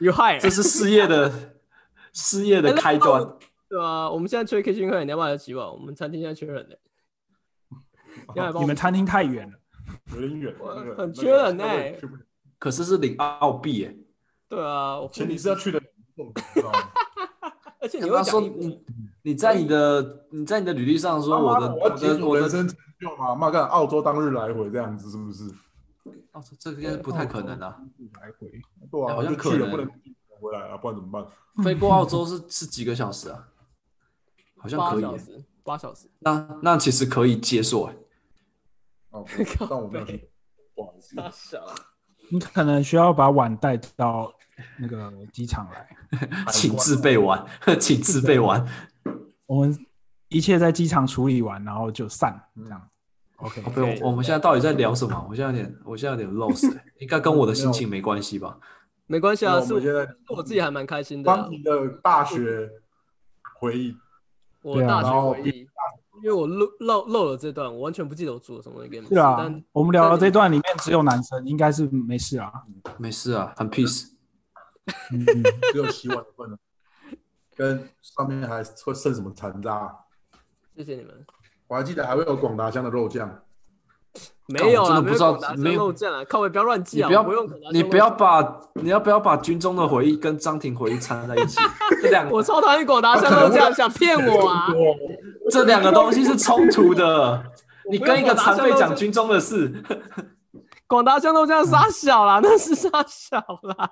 Speaker 1: 有害
Speaker 2: 这，是事业的事业
Speaker 1: 哎
Speaker 2: 的开端。
Speaker 1: 对啊，我们现在缺 kitchen 客人，你要不要来洗碗？我们餐厅现在缺人呢、
Speaker 2: 哦
Speaker 1: 要来帮
Speaker 4: 你
Speaker 1: 我
Speaker 4: 们餐厅太远了，
Speaker 3: 有点远，
Speaker 1: 我
Speaker 3: 那个
Speaker 1: 很缺人
Speaker 3: 那个
Speaker 1: 欸
Speaker 3: 去不了
Speaker 2: 可是是领澳币耶，
Speaker 1: 对啊，我
Speaker 3: 前提是要去的人你
Speaker 2: <laughs>
Speaker 3: 知道吗
Speaker 1: 而且你
Speaker 2: 跟
Speaker 1: 会
Speaker 2: 他说
Speaker 1: 讲英文
Speaker 2: 你你在你的你在你的履历上说
Speaker 3: 他妈
Speaker 2: 我
Speaker 3: 的
Speaker 2: 的
Speaker 3: 我要
Speaker 2: 我
Speaker 3: 解
Speaker 2: 的
Speaker 3: 锁
Speaker 2: 我
Speaker 3: 人
Speaker 2: 的，
Speaker 3: 生成就嘛，妈干澳洲当日来回这样子是不是？
Speaker 2: 哦这个应该不太可能啊。
Speaker 3: 来回，对啊，
Speaker 2: 好像
Speaker 3: 就去了
Speaker 2: 可能
Speaker 3: 不能回来啊，不然怎么办？
Speaker 4: 哦
Speaker 2: 飞过澳洲是是几个小时啊？好像
Speaker 1: 八
Speaker 2: 可以
Speaker 1: 小
Speaker 2: 耶。
Speaker 1: 时，八小时，
Speaker 2: 那那其实可以接受哎。
Speaker 1: <laughs>
Speaker 3: 哦
Speaker 1: 靠，
Speaker 3: 但我没有
Speaker 1: 背
Speaker 3: 去，不好
Speaker 2: <laughs>
Speaker 3: 意思。
Speaker 1: 八小时。
Speaker 4: 你可能需要把碗带到那个机场来。
Speaker 2: 请自
Speaker 3: 啊
Speaker 2: 备完， <laughs> 请自备完。
Speaker 4: 我们一切在机场处理完，然后就散，
Speaker 2: 嗯
Speaker 4: 这样。OK，
Speaker 2: 哦不用，我们现在到底在聊什么？我现在有点，我现在有点 lost，欸应该跟我的心情没关系吧？
Speaker 1: 没关系
Speaker 3: 那
Speaker 1: 啊，
Speaker 3: 我
Speaker 1: 是
Speaker 3: 们现在
Speaker 1: 是我自己还蛮开心的啊、
Speaker 3: 当你的大学回忆，
Speaker 1: <laughs> 我
Speaker 4: 对啊
Speaker 1: 大
Speaker 3: 然后
Speaker 1: 学回忆，因为我漏漏漏了这段，我完全不记得我做了什么给你们吃。
Speaker 4: 是啊
Speaker 1: 但，
Speaker 4: 我们聊的这段里面只有男生，应该是没事啊。
Speaker 2: 没事啊，很 peace。
Speaker 4: 嗯，嗯
Speaker 3: 只有洗碗的份了，跟上面还会剩什么残渣？
Speaker 1: 谢谢你们。
Speaker 3: 我还记得还会有广达香的肉酱，
Speaker 1: 没有
Speaker 2: 我真
Speaker 1: 啊，
Speaker 2: 的
Speaker 1: 没
Speaker 2: 不
Speaker 1: 有
Speaker 2: 知道
Speaker 1: 广达香
Speaker 2: 没有
Speaker 1: 肉酱啊，靠背不要乱
Speaker 2: 你
Speaker 1: 记啊，
Speaker 2: 不要
Speaker 1: 我用广达，香
Speaker 2: 你
Speaker 1: 肉
Speaker 2: 不要
Speaker 1: 酱，
Speaker 2: 把你要不要把军中的回忆跟张庭回忆掺在一起？这两
Speaker 1: <laughs> 我超讨厌广达香肉酱，想骗我啊！
Speaker 2: 这两个东西是冲突的。
Speaker 1: 我
Speaker 2: 你
Speaker 1: 不用
Speaker 2: 跟一个残废
Speaker 1: 广达香肉
Speaker 2: 讲
Speaker 1: 酱
Speaker 2: 军中的事，
Speaker 1: 广达香肉酱傻小啦，那是傻小啦。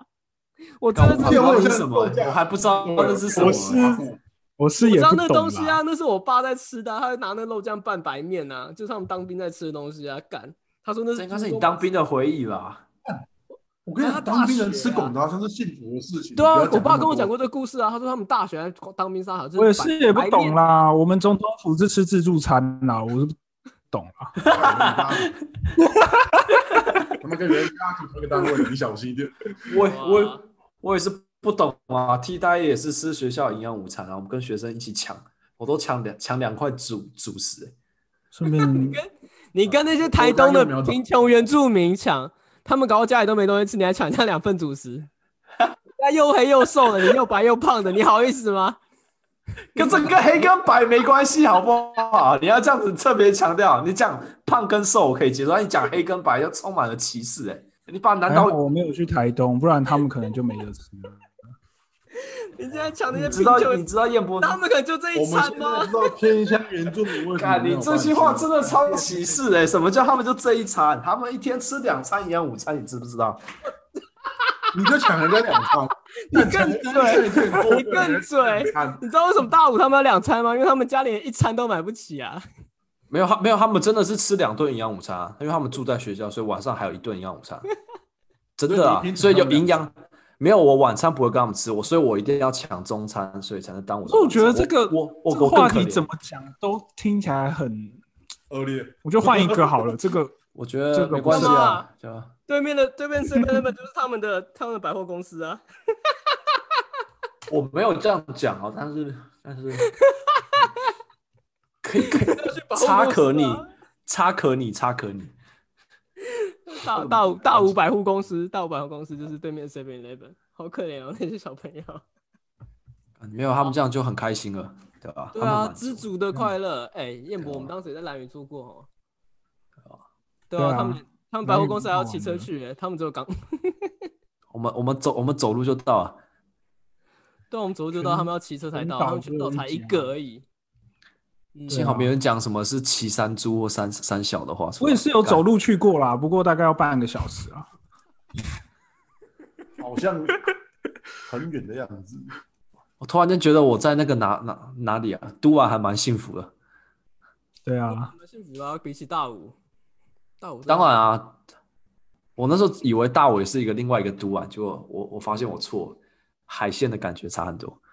Speaker 1: 我真
Speaker 2: 干 <laughs>
Speaker 1: 的
Speaker 2: 我还不
Speaker 1: 是
Speaker 2: 知
Speaker 3: 这
Speaker 2: 道那是什
Speaker 3: 我现在
Speaker 2: 么，我还不知道
Speaker 1: 嗯
Speaker 2: 那是什
Speaker 3: 啊
Speaker 4: 我
Speaker 2: 么。
Speaker 4: 是我是
Speaker 1: 我
Speaker 4: 也
Speaker 1: 知道
Speaker 4: 不
Speaker 1: 那
Speaker 4: 懂
Speaker 1: 东西
Speaker 4: 啦。
Speaker 1: 啊，那是我爸在吃的啊，他会拿那肉酱拌白面啊，就是他们当兵在吃的东西啊。干，他说那
Speaker 2: 这
Speaker 1: 是
Speaker 2: 应该是你当兵的回忆吧？
Speaker 3: 我跟你
Speaker 1: 他
Speaker 3: 讲，
Speaker 1: 大
Speaker 3: 当兵人
Speaker 1: 学
Speaker 3: 吃
Speaker 1: 啊
Speaker 3: 广达香是幸福的事情。
Speaker 1: 对啊
Speaker 3: 你不要，
Speaker 1: 我爸
Speaker 3: 那么
Speaker 1: 跟我讲
Speaker 3: 多
Speaker 1: 过这个故事啊，他说他们大学还当兵杀小，就是
Speaker 4: 我也是
Speaker 1: 白
Speaker 4: 也不懂。
Speaker 1: 白面
Speaker 4: 啦。我们总统府是吃自助餐啦，我是不懂啊啦。
Speaker 1: 啊
Speaker 3: 他们跟人家同一个单位，你小心一点。
Speaker 2: 我
Speaker 1: 哇
Speaker 2: 我我也是不懂啊。替代役也是吃学校营养午餐啊，我们跟学生一起抢，我都抢两抢两块主主食、欸
Speaker 1: <laughs>
Speaker 4: 顺便
Speaker 1: 你跟那些台东的
Speaker 3: 我刚刚又瞄到
Speaker 1: 贫穷原住民抢，他们搞到家里都没东西吃，你还抢人家两份主食？那又黑又瘦的，你又白又胖的，你好意思吗？
Speaker 2: 跟这跟黑跟白没关系，好不好？你要这样子特别强调，你讲胖跟瘦我可以接受，但你讲黑跟白就充满了歧视、欸。你把难
Speaker 4: 还好
Speaker 3: 哎
Speaker 2: 道
Speaker 4: 我没有去台东，不然他们可能就没得吃了。
Speaker 1: 你现在抢那些
Speaker 2: 你
Speaker 1: 贫
Speaker 2: 知道
Speaker 1: 穷
Speaker 2: 你
Speaker 1: 人，
Speaker 2: 知道燕波？
Speaker 1: 他们可能就这
Speaker 3: 我
Speaker 1: 一
Speaker 3: 们
Speaker 1: 餐
Speaker 3: 现在
Speaker 1: 吗
Speaker 3: 知？道偏向原住民为什么
Speaker 2: 看
Speaker 3: 没有啊
Speaker 2: 你
Speaker 3: 办法吃？
Speaker 2: 这句话真的超歧视哎、什么叫他们就这一餐？他们一天吃两餐营养午餐，你知不知道？
Speaker 3: 你就抢人家两套，
Speaker 1: 你更
Speaker 2: <laughs>
Speaker 1: 嘴，
Speaker 3: 对
Speaker 1: 你更嘴。你知道为什么大五他们有两餐吗？因为他们家里一餐都买不起啊。
Speaker 2: 没有，他没有，他们真的是吃两顿营养午餐、啊，因为他们住在学校，所以晚上还有一顿营养午餐。真的啊
Speaker 3: 所以你一，天
Speaker 2: 所以有
Speaker 3: 只能
Speaker 2: 营养。没有，我晚餐不会跟他们吃，我所以我一定要抢中餐，所以才能当我的
Speaker 4: 所以我
Speaker 2: 晚
Speaker 4: 觉
Speaker 2: 餐。
Speaker 4: 得这个
Speaker 2: 我我
Speaker 4: 这
Speaker 2: 我更
Speaker 4: 个话
Speaker 2: 可
Speaker 4: 题
Speaker 2: 怜
Speaker 4: 怎么讲都听起来很，
Speaker 3: 恶劣。
Speaker 4: 我就换一个好了。这个
Speaker 2: 我觉
Speaker 4: 这
Speaker 2: 得
Speaker 4: 个
Speaker 2: 没关系
Speaker 1: 不是
Speaker 2: 啊
Speaker 1: 吧，
Speaker 2: 对吧？
Speaker 1: 对面的对面身边那本就是他们的 <laughs> 他们的百货公司啊。
Speaker 2: 我没有这样讲啊，但是但
Speaker 4: <laughs>
Speaker 2: 是可以可以
Speaker 1: 要去百货公司啊
Speaker 2: 插可你，插可你，插可你。
Speaker 1: 大大五大五百户公司，大五百户公司就是对面 Seven Eleven，好可怜哦，那些小朋友。
Speaker 2: 没有他们这样就很开心了，对吧？
Speaker 1: 对
Speaker 2: 他们
Speaker 1: 啊，
Speaker 2: 满足
Speaker 1: 知足的快乐。哎、燕博，
Speaker 2: 对啊
Speaker 1: 我们当时也在蓝屿住过哦。对
Speaker 4: 对啊
Speaker 1: 啊，他们他们百货公司还要骑
Speaker 4: 蓝
Speaker 1: 车
Speaker 4: 屿不
Speaker 1: 去、哎他们只有
Speaker 2: <laughs>
Speaker 1: 港。
Speaker 2: 我们我们走我们走路就到了。
Speaker 1: 对，啊我们走路就到，
Speaker 4: 全
Speaker 1: 他们要骑车才到，
Speaker 4: 全岛
Speaker 1: 他们全岛
Speaker 3: 啊
Speaker 1: 才一个而已。嗯，
Speaker 2: 幸好没人讲什么是骑山猪或山山小的话出来。
Speaker 4: 我也是有走路去过啦，不过大概要半个小时啊。
Speaker 3: 好像很远的样子。
Speaker 2: 我突然间觉得我在那个哪哪哪里啊，都瓦还蛮幸福的。
Speaker 4: 对啊，
Speaker 1: 蛮幸福啊，比起大五，大五真的
Speaker 2: 当然啊，我那时候以为大尾是一个另外一个都啊，结果我我发现我错了，海线的感觉差很多。嗯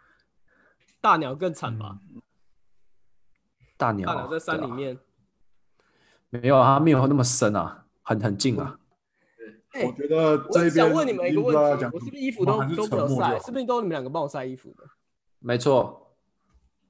Speaker 1: 大鸟更惨吧？
Speaker 2: 大鸟
Speaker 1: 大
Speaker 2: 啊
Speaker 1: 鸟在山里，面，
Speaker 2: 对啊没有啊，它没有那么深啊，很很近啊。
Speaker 1: 哎
Speaker 3: 我觉得
Speaker 1: 我
Speaker 3: 这一边
Speaker 1: 想问你们一个
Speaker 3: 不知道要
Speaker 1: 问题
Speaker 3: 讲，
Speaker 1: 我是
Speaker 3: 什么
Speaker 1: 不是衣服都
Speaker 3: 还是
Speaker 1: 都没
Speaker 3: 沉
Speaker 1: 有
Speaker 3: 默就
Speaker 1: 晒？
Speaker 3: 好
Speaker 1: 是不是都你们两个帮我晒衣服的？
Speaker 2: 没错，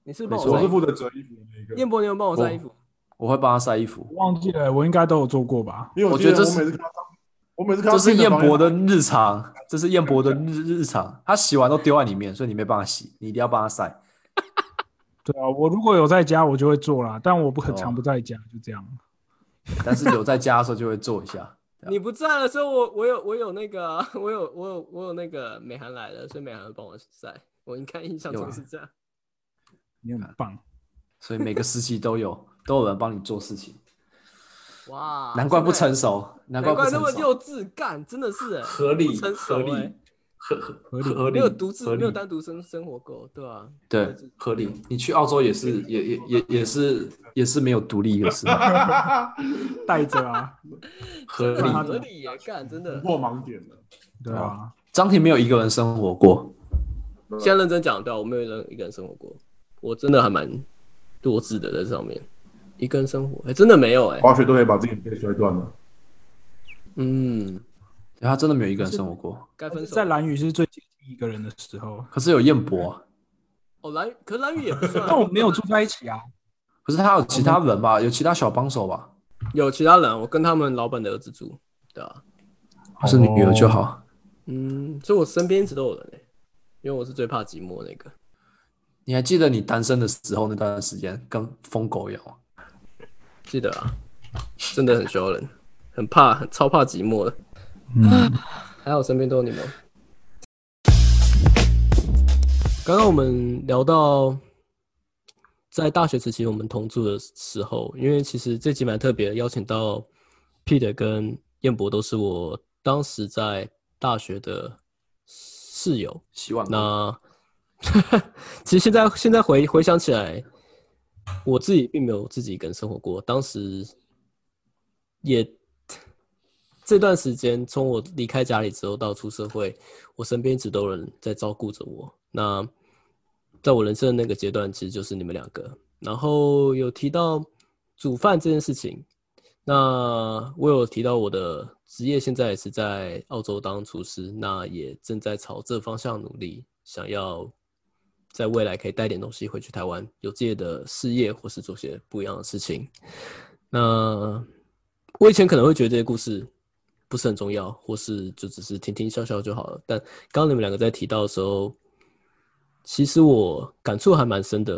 Speaker 1: 你是不是帮
Speaker 2: 没
Speaker 1: 我
Speaker 3: 我
Speaker 1: 晒
Speaker 3: 是
Speaker 1: 衣服？
Speaker 3: 负责折衣服的那一个，
Speaker 1: 燕波，你有帮我晒衣服？
Speaker 2: 我会帮它晒衣服。
Speaker 4: 忘记了，我应该都有做过吧？
Speaker 3: 因为
Speaker 2: 我
Speaker 3: 记得
Speaker 2: 觉得这
Speaker 3: 我
Speaker 2: 是
Speaker 3: 每次看到他，我每次看到
Speaker 2: 这是
Speaker 3: 燕
Speaker 2: 燕博的日常，这是燕博的日日常。他洗完都丢在里面，所以你没办法洗，你一定要帮他晒。
Speaker 4: 对啊，我如果有在家，我就会做啦，但我不很
Speaker 2: 哦
Speaker 4: 常不在家，就这样。
Speaker 2: 但是有在家的时候就会做一下。对啊
Speaker 1: 你不在的时候，我我有我有那个啊、 <laughs> 我有我有我有那个美涵来了，所以美涵会帮我晒。我应该印象
Speaker 2: 啊
Speaker 1: 中是这样。
Speaker 4: 你很棒，
Speaker 2: 所以每个时期都有，都有人帮你做事情，
Speaker 1: 哇，
Speaker 2: 难怪不
Speaker 1: 啊真
Speaker 2: 成
Speaker 1: 的
Speaker 2: 熟，难
Speaker 1: 难
Speaker 2: 怪不
Speaker 1: 怪那
Speaker 2: 成
Speaker 1: 么
Speaker 2: 熟。
Speaker 1: 幼稚，干真的是哎
Speaker 2: 合理
Speaker 1: 不成熟
Speaker 2: 合理
Speaker 1: 哎
Speaker 2: 合合
Speaker 4: 合理
Speaker 1: 没有独自没有单独生生活过，对吧、
Speaker 2: 对合理。你去澳洲也是，也也也也是也是没有独立
Speaker 1: <laughs>
Speaker 2: 的时候，
Speaker 4: 带着 <laughs> 啊，
Speaker 2: 合
Speaker 1: 真的
Speaker 2: 理。
Speaker 1: 啊合理耶，干真的
Speaker 3: 突。破盲点了，
Speaker 4: 对啊，
Speaker 2: 张婷没有一个人生活过，
Speaker 1: 现在认真讲，对啊，我没有人一个人生活过，我真的还蛮多智的在上面，一个人生活，哎、真的没有哎、
Speaker 3: 滑雪都可以把自己给摔断了。
Speaker 1: 嗯，
Speaker 2: 对他真的没有一个人生活过。
Speaker 1: 该分手
Speaker 4: 在。蓝宇是最接近一个人的时候，
Speaker 2: 可是有燕博啊、
Speaker 1: 哦，蓝，可是蓝雨也
Speaker 2: <laughs>
Speaker 1: 不算啊，
Speaker 4: 但我们没有住在一起啊。
Speaker 2: 可是他有其他人吧？有其他小帮手吧？
Speaker 1: 有其他人，我跟他们老板的儿子住，对啊，
Speaker 2: 还是女儿就好。
Speaker 1: 嗯，所以我身边一直都有人哎、因为我是最怕寂寞那个。
Speaker 2: 你还记得你单身的时候那段时间跟疯狗一样吗？
Speaker 1: 记得啊，真的很羞人，很怕，很超怕寂寞的。
Speaker 4: 嗯，
Speaker 1: 还好身边都有你们。刚刚我们聊到，在大学时期我们同住的时候，因为其实这集蛮特别的，邀请到 Peter 跟彦博都是我当时在大学的室友。
Speaker 2: 希望
Speaker 1: 那 <laughs> 其实现在现在回回想起来，我自己并没有自己一个人生活过。当时也这段时间，从我离开家里之后到出社会，我身边一直都有人在照顾着我。那在我人生的那个阶段，其实就是你们两个。然后有提到煮饭这件事情，那我有提到我的职业现在也是在澳洲当厨师，那也正在朝这方向努力，想要在未来可以带点东西回去台湾，有自己的事业或是做些不一样的事情。那我以前可能会觉得这些故事不是很重要，或是就只是听听笑笑就好了。但刚刚你们两个在提到的时候，其实我感触还蛮深的，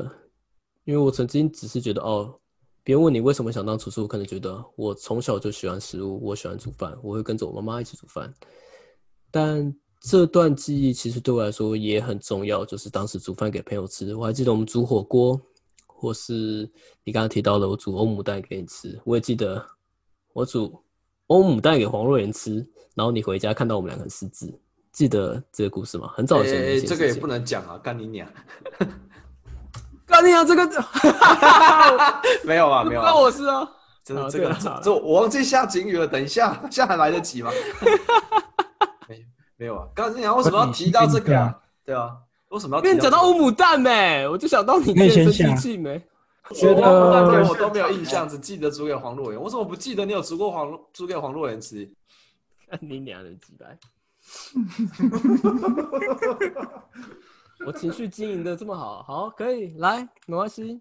Speaker 1: 因为我曾经只是觉得哦，别人问你为什么想当厨师，我可能觉得我从小就喜欢食物，我喜欢煮饭，我会跟着我妈妈一起煮饭。但这段记忆其实对我来说也很重要，就是当时煮饭给朋友吃，我还记得我们煮火锅，或是你刚刚提到的我煮欧姆蛋给你吃，我也记得我煮欧姆蛋给黄若妍吃，然后你回家看到我们两个人失智，记得这个故事吗？很早以前的一件
Speaker 2: 哎这个也
Speaker 1: 事情
Speaker 2: 不能讲啊，干你娘！
Speaker 1: 干你啊！这个
Speaker 2: 没有啊， <laughs> 没有啊
Speaker 1: 关，我事啊！
Speaker 2: 真的
Speaker 1: 啊
Speaker 2: 这
Speaker 1: 对
Speaker 2: 个
Speaker 1: 啊
Speaker 2: 这这我忘记下警语了，等一下， <laughs> 下还来得及吗？没没有啊，干你娘！为什么要提到这个啊？对啊，为什么要提
Speaker 1: 因为
Speaker 2: 这
Speaker 1: 你讲
Speaker 2: 个？
Speaker 1: 到欧姆蛋没，我就想到你
Speaker 4: 内
Speaker 1: 健
Speaker 4: 线
Speaker 1: 身
Speaker 4: 下
Speaker 1: 机器没。
Speaker 4: 觉
Speaker 2: 我忘了半天
Speaker 4: 得
Speaker 2: 我都没有印象，只记得煮给黄若妍。我怎么不记得你有煮过黄若煮给黄若妍吃？
Speaker 1: 干你娘的鸡掰！我情绪经营的这么好，好可以来，没关系。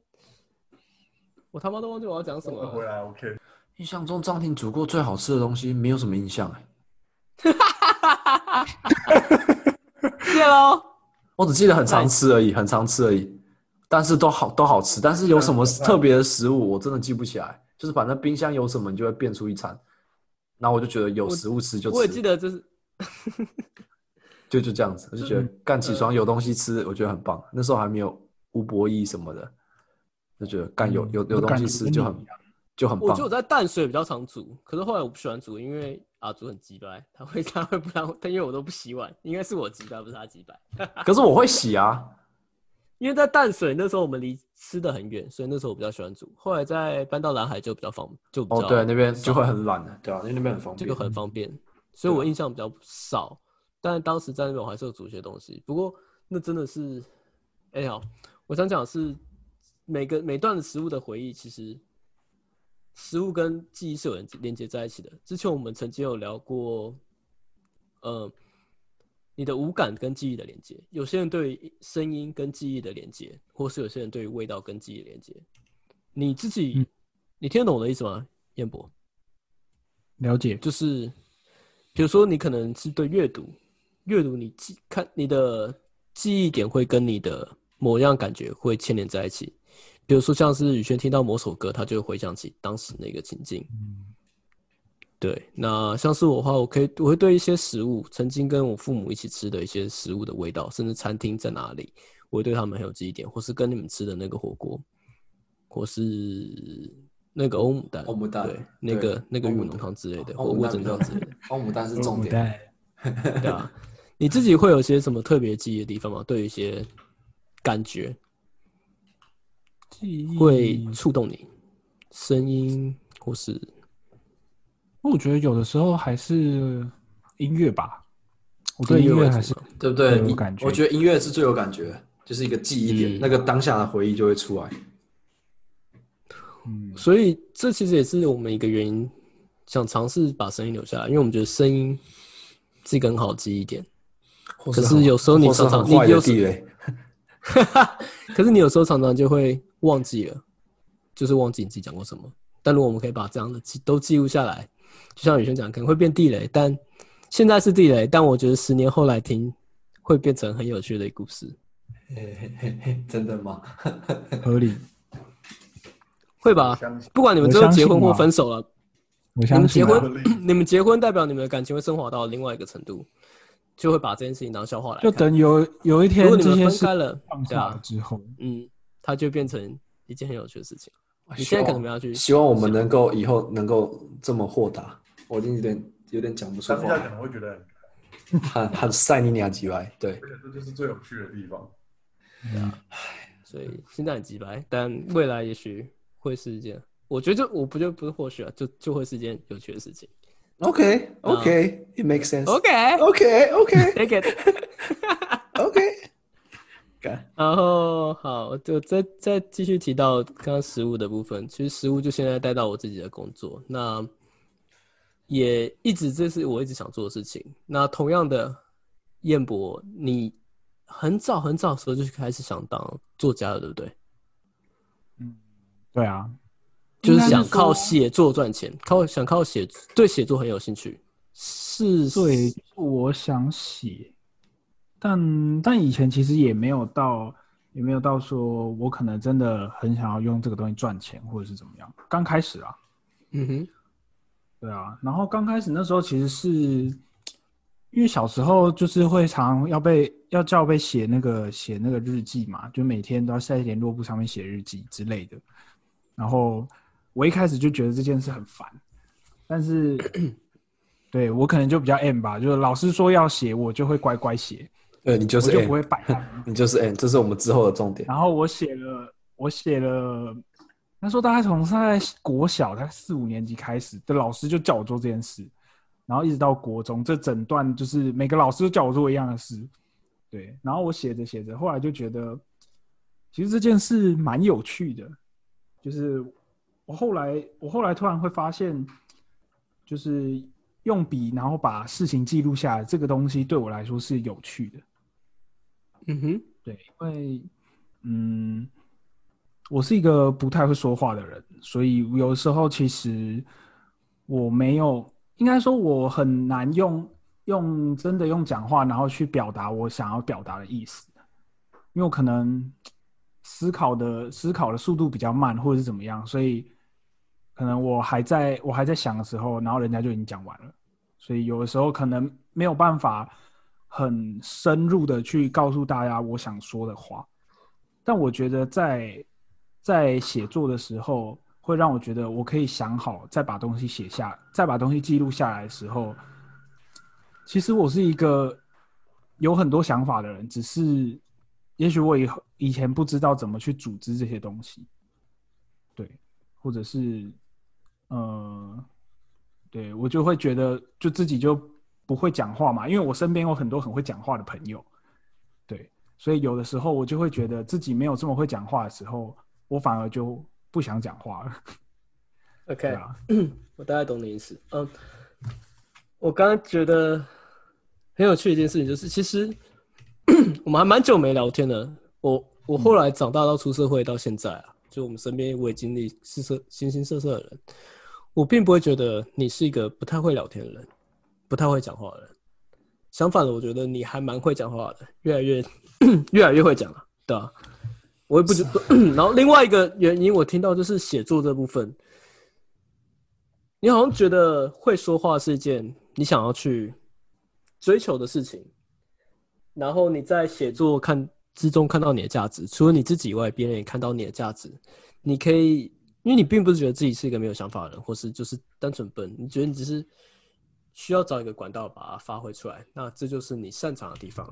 Speaker 1: 我他妈都忘记我要讲什么
Speaker 3: 我回
Speaker 1: 了。
Speaker 3: 来 OK，
Speaker 2: 印象中张婷煮过最好吃的东西，没有什么印象哎、
Speaker 1: 谢喽。
Speaker 2: 我只记得很常吃而已，很常吃而已，但是都好都好吃，但是有什么特别的食物我真的记不起来，就是反正冰箱有什么你就会变出一餐，然后我就觉得有食物吃就
Speaker 1: 我也记
Speaker 2: 吃，
Speaker 1: 得这是
Speaker 2: 就就这样子，我就觉得干起床有东西吃，我觉得很棒。那时候还没有吴博义什么的，就嗯觉得干有有有东西吃就很就很
Speaker 1: 我
Speaker 2: 棒
Speaker 1: 觉得我。在淡水比较常煮，可是后来我不喜欢煮，因为阿祖很鸡掰，他会他会不让我，但因为我都不洗碗，应该是我鸡掰，不是他鸡掰。
Speaker 2: 可是我会洗啊，
Speaker 1: 因为在淡水那时候我们离吃的很远，所以那时候我比较喜欢煮。后来在搬到南海就比较方，就比
Speaker 2: 哦
Speaker 1: 较
Speaker 2: 对，那边就会很懒的，对啊，因为那边很方
Speaker 1: 这
Speaker 2: 便啊
Speaker 1: 个。很方便，所以我印象比较少。但当时在那边我还是有煮一些东西，不过那真的是，哎、呀，我想讲的是每个每段的食物的回忆，其实食物跟记忆是有连连接在一起的。之前我们曾经有聊过，呃，你的五感跟记忆的连接，有些人对于声音跟记忆的连接，或是有些人对于味道跟记忆的连接。你自己，
Speaker 4: 嗯
Speaker 1: 你听得懂我的意思吗，彦博？
Speaker 4: 了解，
Speaker 1: 就是比如说你可能是对阅读，阅读你记看你的记忆点会跟你的某样感觉会牵连在一起。比如说像是宇轩听到某首歌，他就会回想起当时那个情境。
Speaker 4: 嗯
Speaker 1: 对，那像是我的话，我可以我会对一些食物，曾经跟我父母一起吃的一些食物的味道，甚至餐厅在哪里，我会对他们很有记忆点，或是跟你们吃的那个火锅，或是那个欧姆蛋，
Speaker 2: 欧姆蛋
Speaker 1: 对，那个那个
Speaker 2: 欧
Speaker 1: 玉
Speaker 2: 姆
Speaker 1: 浓汤之类的，或
Speaker 2: 欧姆
Speaker 1: 味
Speaker 2: 蛋
Speaker 1: 增
Speaker 2: 比较哦
Speaker 1: 汤之类的。
Speaker 2: 欧姆蛋是重
Speaker 4: 母
Speaker 2: 点，
Speaker 4: 带
Speaker 1: 对啊，你自己会有些什么特别记忆的地方吗？对于一些感觉
Speaker 2: 嗯
Speaker 4: 记忆
Speaker 1: 会触动你，声音或是
Speaker 4: 我觉得有的时候还是音乐吧，我对
Speaker 1: 音乐
Speaker 4: 音
Speaker 1: 为
Speaker 4: 乐
Speaker 1: 主
Speaker 4: 还是
Speaker 1: 吗
Speaker 2: 对不对？
Speaker 4: 有
Speaker 2: 音
Speaker 4: 感觉
Speaker 2: 我觉得音乐是最有感觉，就是一个记忆点，
Speaker 1: 嗯
Speaker 2: 那个当下的回忆就会出来。
Speaker 4: 嗯
Speaker 1: 所以这其实也是我们一个原因，想尝试把声音留下来，因为我们觉得声音是一个很好的记忆点。可是有时候你
Speaker 2: 或是
Speaker 1: 常常
Speaker 2: 很
Speaker 1: 你
Speaker 2: 坏的
Speaker 1: 有时
Speaker 2: 地雷，
Speaker 1: <laughs> 可是你有时候常常就会忘记了，就是忘记你自己讲过什么。但如果我们可以把这样的记都记录下来，就像宇轩讲，可能会变地雷，但现在是地雷，但我觉得十年后来听会变成很有趣的故事，
Speaker 2: 嘿嘿
Speaker 1: <laughs>
Speaker 2: 嘿嘿真的吗？
Speaker 4: 合理，
Speaker 1: 会吧？
Speaker 3: 相信
Speaker 1: 不管你们最后结婚或分手了，
Speaker 4: 我
Speaker 1: 你
Speaker 4: 相
Speaker 1: 们结
Speaker 4: 信啊
Speaker 1: 婚，你们结婚代表你们的感情会升华到另外一个程度，就会把这件事情当笑话来
Speaker 4: 就
Speaker 1: 看。
Speaker 4: 等有有一天
Speaker 1: 如果你
Speaker 4: 这
Speaker 1: 们
Speaker 4: 些
Speaker 1: 分
Speaker 4: 事
Speaker 1: 开了，
Speaker 4: 放
Speaker 1: 对
Speaker 4: 下了
Speaker 1: 啊，
Speaker 4: 之后，
Speaker 1: 嗯，它就变成一件很有趣的事情。你现在可能没有去
Speaker 2: 希望我们能够以后能够这么豁达，我已经有点有点讲不出
Speaker 3: 当下
Speaker 2: 话
Speaker 3: 可，能会觉得很开
Speaker 2: 很很晒你俩几来，
Speaker 1: <laughs>
Speaker 2: 对，
Speaker 3: 心，这就是最有趣的地方。
Speaker 4: 嗯
Speaker 1: 啊所以现在很鸡白，但未来也许会是一件，我觉得就我不就不是或许啊，就就会是一件有趣的事情。
Speaker 2: OK OK，it makes sense。
Speaker 1: 啊 OK
Speaker 2: OK OK
Speaker 1: take it。
Speaker 2: OK，干
Speaker 1: 然后好，就再再继续提到刚刚食物的部分。其实食物就现在带到我自己的工作，那也一直这是我一直想做的事情。那同样的，彦博，你很早很早的时候就开始想当作家了，对不对？
Speaker 4: 对啊，
Speaker 1: 就是想
Speaker 4: 应该
Speaker 1: 靠
Speaker 4: 是说
Speaker 1: 写作赚钱，靠想靠写对写作很有兴趣，是
Speaker 4: 对，我想写，但但以前其实也没有到，也没有到说我可能真的很想要用这个东西赚钱或者是怎么样。刚开始啊，
Speaker 1: 嗯哼，
Speaker 4: 对啊，然后刚开始那时候其实是，因为小时候就是会常要被要叫被写那个写那个日记嘛，就每天都要在联络簿上面写日记之类的。然后我一开始就觉得这件事很烦，
Speaker 2: <clears throat>
Speaker 4: 但是对我可能就比较 M 吧，就是老师说要写，我就会乖乖写，
Speaker 2: <laughs> 对你就
Speaker 4: 我
Speaker 2: 是
Speaker 4: 就不
Speaker 2: N，
Speaker 4: 会摆烂。
Speaker 2: 你就是 N，这是我们之后的重点。
Speaker 4: 然后我写了，我写了，那时候大概从在国小大概四五年级开始，的老师就叫我做这件事，然后一直到国中，这整段就是每个老师都叫我做一样的事，对。然后我写着写着，后来就觉得，其实这件事蛮有趣的，就是我后来我后来突然会发现，就是用笔然后把事情记录下来，这个东西对我来说是有趣的。
Speaker 1: 嗯哼，
Speaker 4: 对，因为嗯，我是一个不太会说话的人，所以有时候其实我没有，应该说我很难用用真的用讲话，然后去表达我想要表达的意思，因为我可能思考的思考的速度比较慢，或者是怎么样，所以可能我还在我还在想的时候，然后人家就已经讲完了。所以有的时候可能没有办法很深入的去告诉大家我想说的话，但我觉得在在写作的时候，会让我觉得我可以想好，再把东西写下，再把东西记录下来的时候，其实我是一个有很多想法的人，只是也许我以后以前不知道怎么去组织这些东西，对，或者是呃，对我就会觉得就自己就不会讲话嘛，因为我身边有很多很会讲话的朋友，对，所以有的时候我就会觉得自己没有这么会讲话的时候，我反而就不想讲话了。
Speaker 1: OK，、
Speaker 4: 对啊，
Speaker 1: 我大概懂你意思。嗯，我刚刚觉得很有趣的一件事情就是，其实我们还蛮久没聊天了。我我后来长大到出社会到现在啊，就我们身边我也经历是色形形色色的人，我并不会觉得你是一个不太会聊天的人，不太会讲话的人。相反的，我觉得你还蛮会讲话的，越来越 <clears throat> 越来越会讲了、对啊，我也不知道。 <clears throat> 然后另外一个原因，我听到就是写作这部分，你好像觉得会说话是一件你想要去追求的事情，然后你在写作看之中看到你的价值，除了你自己以外，别人也看到你的价值。你可以，因为你并不是觉得自己是一个没有想法的人，或是就是单纯笨，你觉得你只是需要找一个管道把它发挥出来，那这就是你擅长的地方。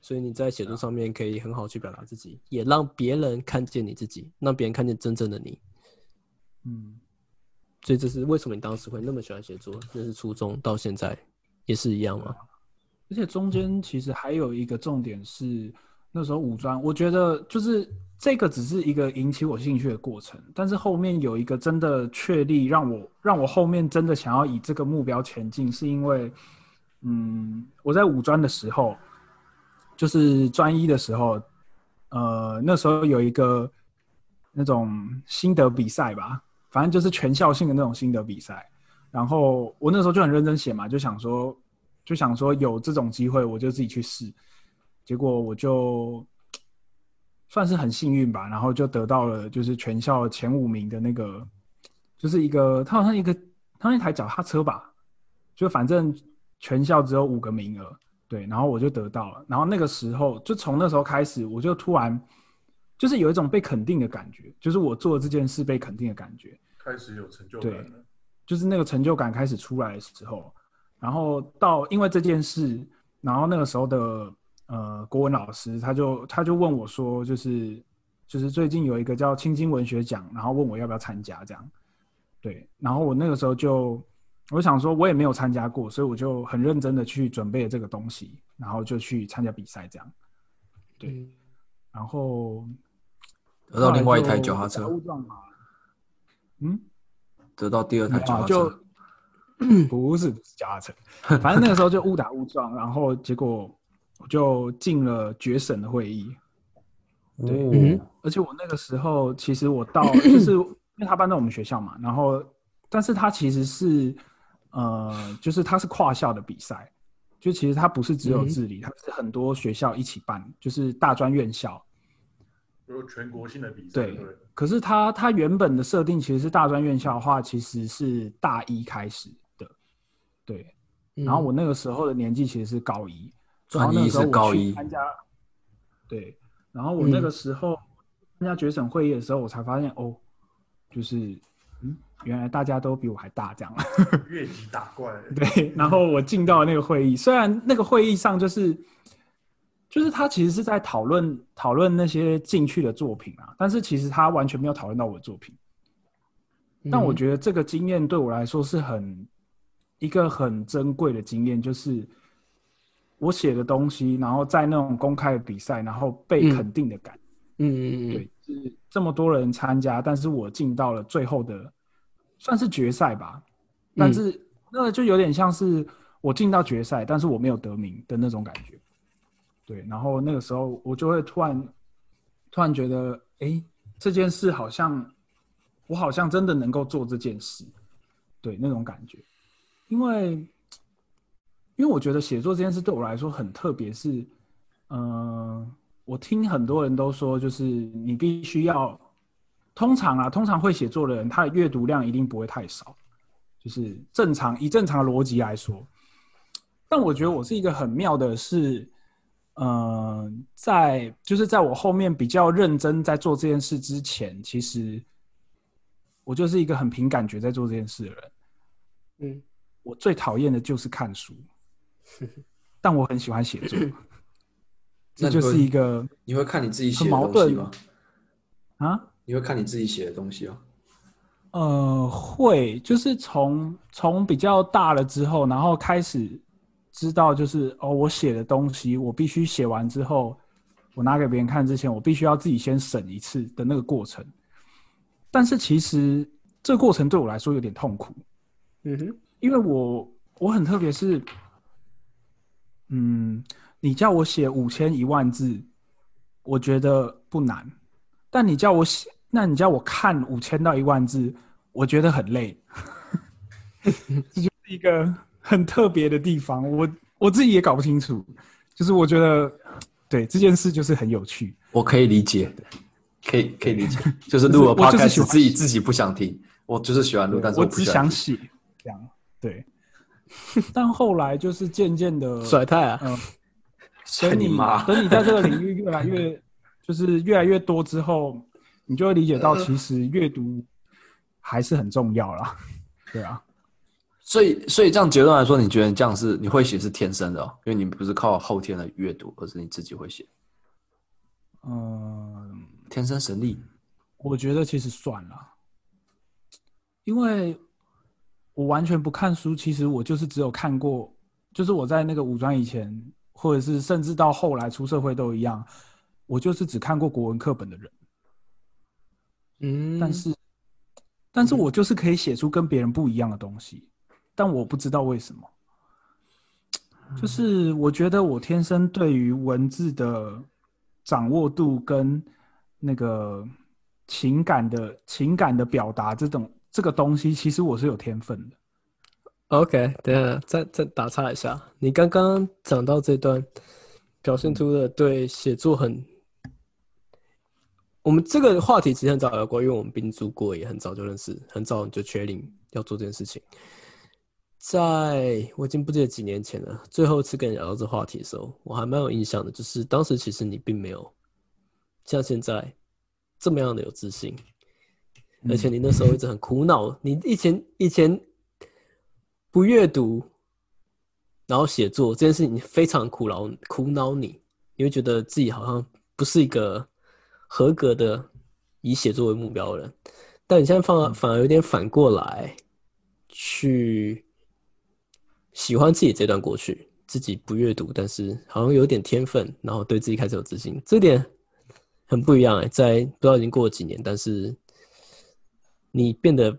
Speaker 1: 所以你在写作上面可以很好去表达自己，也让别人看见你自己，让别人看见真正的你。
Speaker 4: 嗯，
Speaker 1: 所以这是为什么你当时会那么喜欢写作，那是初中到现在也是一样吗？
Speaker 4: 而且中间其实还有一个重点是，那时候五专，我觉得就是这个只是一个引起我兴趣的过程，但是后面有一个真的确立，让我让我后面真的想要以这个目标前进，是因为，嗯，我在五专的时候，就是专一的时候，呃，那时候有一个那种心得比赛吧，反正就是全校性的那种心得比赛，然后我那时候就很认真写嘛，就想说就想说有这种机会我就自己去试，结果我就算是很幸运吧，然后就得到了就是全校前五名的那个，就是一个他好像一个他那台脚踏车吧，就反正全校只有五个名额，对，然后我就得到了，然后那个时候就从那时候开始，我就突然就是有一种被肯定的感觉，就是我做这件事被肯定的感觉，
Speaker 3: 开始有成就感了。
Speaker 4: 就是那个成就感开始出来的时候，然后到因为这件事，然后那个时候的呃国文老师他就他就问我说，就是就是最近有一个叫青金文学奖，然后问我要不要参加这样，对，然后我那个时候就我想说我也没有参加过，所以我就很认真的去准备了这个东西，然后就去参加比赛这样，对
Speaker 1: 嗯
Speaker 4: 然后
Speaker 2: 得到另外一台脚踏
Speaker 4: 后来就
Speaker 2: 车
Speaker 4: 误，撞嘛，嗯。
Speaker 2: 得到第二台脚
Speaker 4: 啊
Speaker 2: 踏
Speaker 4: 就
Speaker 2: 车，
Speaker 4: <clears throat> 不是不是脚踏车，反正那个时候就误打误撞，然后结果我就进了决审的会议，
Speaker 1: 嗯
Speaker 2: 哦，
Speaker 4: 而且我那个时候其实我到就是因为他搬到我们学校嘛，然后但是他其实是呃，就是他是跨校的比赛，就其实他不是只有
Speaker 1: 嗯
Speaker 4: 自理，他是很多学校一起办，就是大专院校，
Speaker 3: 有全国性的比赛，
Speaker 4: 对
Speaker 3: 对，
Speaker 4: 可是它它原本的设定其实是大专院校的话，其实是大一开始的，对。然
Speaker 2: 嗯
Speaker 4: 后我那个时候的年纪其实是高一，然
Speaker 2: 专
Speaker 4: 后那
Speaker 2: 一
Speaker 4: 个时候
Speaker 2: 啊是
Speaker 4: 我
Speaker 2: 高
Speaker 4: 去
Speaker 2: 一，嗯
Speaker 4: 参加，对。然后我那个时候参加决审会议的时候，我才发现哦，就是嗯，原来大家都比我还大这样。 <laughs>
Speaker 3: 越级打怪，
Speaker 4: 对，然后我进到那个会议，虽然那个会议上就是，就是他其实是在讨论讨论那些进去的作品啊，但是其实他完全没有讨论到我的作品。
Speaker 1: 嗯
Speaker 4: 但我觉得这个经验对我来说是很一个很珍贵的经验，就是我写的东西，然后在那种公开的比赛，然后
Speaker 1: 嗯
Speaker 4: 被肯定的感觉
Speaker 1: 嗯嗯嗯嗯
Speaker 4: 对，是这么多人参加，但是我进到了最后的算是决赛吧，但是那就有点像是我进到决赛，但是我没有得名的那种感觉。对，然后那个时候我就会突然突然觉得，诶，这件事好像我好像真的能够做这件事，对那种感觉，因为。因为我觉得写作这件事对我来说很特别，是，嗯，我听很多人都说，就是你必须要，通常啊，通常会写作的人，他的阅读量一定不会太少，就是正常以正常的逻辑来说。但我觉得我是一个很妙的是，嗯、在就是在我后面比较认真在做这件事之前，其实我就是一个很凭感觉在做这件事的人。
Speaker 1: 嗯
Speaker 4: 我最讨厌的就是看书，但我很喜欢写作，这
Speaker 2: 那
Speaker 4: 就
Speaker 2: 你会
Speaker 4: 是一个
Speaker 2: 你会看你自己写
Speaker 4: 很
Speaker 2: 的
Speaker 4: 矛
Speaker 2: 东西
Speaker 4: 盾
Speaker 2: 吗？
Speaker 4: 啊，
Speaker 2: 你会看你自己写的东西哦。
Speaker 4: 呃，会，就是从从比较大了之后，然后开始知道，就是哦，我写的东西，我必须写完之后，我拿给别人看之前，我必须要自己先审一次的那个过程。但是其实这个过程对我来说有点痛苦，
Speaker 1: 嗯哼，
Speaker 4: 因为我我很特别是，嗯，你叫我写五千一万字，我觉得不难，但你叫我写，那你叫我看五千到一万字，我觉得很累， <laughs> 这就是一个很特别的地方，我我自己也搞不清楚，就是我觉得对这件事就是很有趣，
Speaker 2: 我可以理解，可以可以理解， <laughs> 就是录了
Speaker 4: 我就是
Speaker 2: podcast
Speaker 4: 喜欢
Speaker 2: 自己自己不想听，我就是喜欢录，但是
Speaker 4: 我
Speaker 2: 不
Speaker 4: 只
Speaker 2: 喜欢
Speaker 4: 想
Speaker 2: 听
Speaker 4: 写这样，对， <laughs> 但后来就是渐渐的
Speaker 1: 甩太啊，
Speaker 4: 嗯，
Speaker 2: 晒
Speaker 4: 等
Speaker 2: 你妈！
Speaker 4: 等你在这个领域越来
Speaker 2: <laughs>
Speaker 4: 越，就是越来越多之后，你就会理解到，
Speaker 2: 呃
Speaker 4: 其实阅读还是很重要啦。对啊，
Speaker 2: 所以，所以这样结论来说，你觉得这样是你会写是天生的、哦，因为你不是靠后天的阅读，而是你自己会写，
Speaker 4: 嗯，
Speaker 2: 天生神力。
Speaker 4: 我觉得其实算了，因为我完全不看书，其实我就是只有看过，就是我在那个五专以前，或者是甚至到后来出社会都一样，我就是只看过国文课本的人。
Speaker 1: 嗯，
Speaker 4: 但是，但是我就是可以写出跟别人不一样的东西，但我不知道为什么。就是我觉得我天生对于文字的掌握度跟那个情感的情感的表达这种这个东西，其实我是有天分的。
Speaker 1: OK，等一下再再打岔一下，你刚刚讲到这段，表
Speaker 4: 嗯
Speaker 1: 现出的对写作很，我们这个话题其实很早聊过，因为我们宾主过，也很早就认识，很早就确定要做这件事情。在我已经不记得几年前了，最后一次跟你聊到这话题的时候，我还蛮有印象的，就是当时其实你并没有像现在这么样的有自信，而且你那时候一直很苦恼，你以前以前不阅读，然后写作这件事情非常苦恼苦恼你，你会觉得自己好像不是一个合格的以写作为目标的人，但你现在反而反而有点反过来去喜欢自己这段过去。自己不阅读，但是好像有点天分，然后对自己开始有自信，这点很不一样哎、在不知道已经过了几年，但是你变得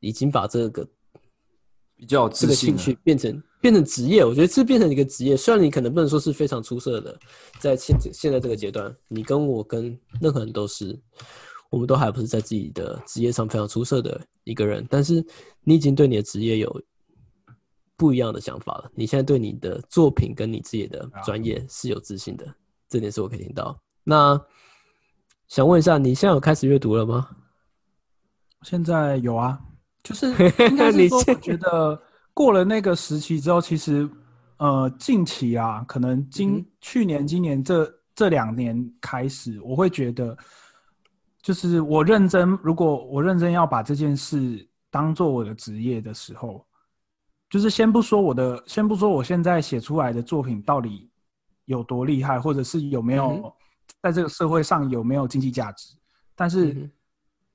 Speaker 1: 已经把这个
Speaker 2: 比较有
Speaker 1: 这
Speaker 2: 自
Speaker 1: 个
Speaker 2: 信
Speaker 1: 兴
Speaker 2: 啊，
Speaker 1: 趣变成变成职业，我觉得这变成一个职业。虽然你可能不能说是非常出色的，在现现在这个阶段，你跟我跟任何人都是，我们都还不是在自己的职业上非常出色的一个人，但是你已经对你的职业有不一样的想法了。你现在对你的作品跟你自己的专业是有自信的，这点是我可以听到。那想问一下，你现在有开始阅读了吗？
Speaker 4: 现在有啊，就是应该
Speaker 1: <laughs>
Speaker 4: 是
Speaker 1: 你
Speaker 4: 说，我
Speaker 1: 现
Speaker 4: 觉得过了那个时期之后，其实呃，近期啊，可能今、
Speaker 1: 嗯哼
Speaker 4: 去年、今年这这两年开始，我会觉得，就是我认真，如果我认真要把这件事当做我的职业的时候，就是先不说我的，先不说我现在写出来的作品到底有多厉害，或者是有没
Speaker 1: 嗯
Speaker 4: 有在这个社会上有没有经济价值，但是。
Speaker 1: 嗯哼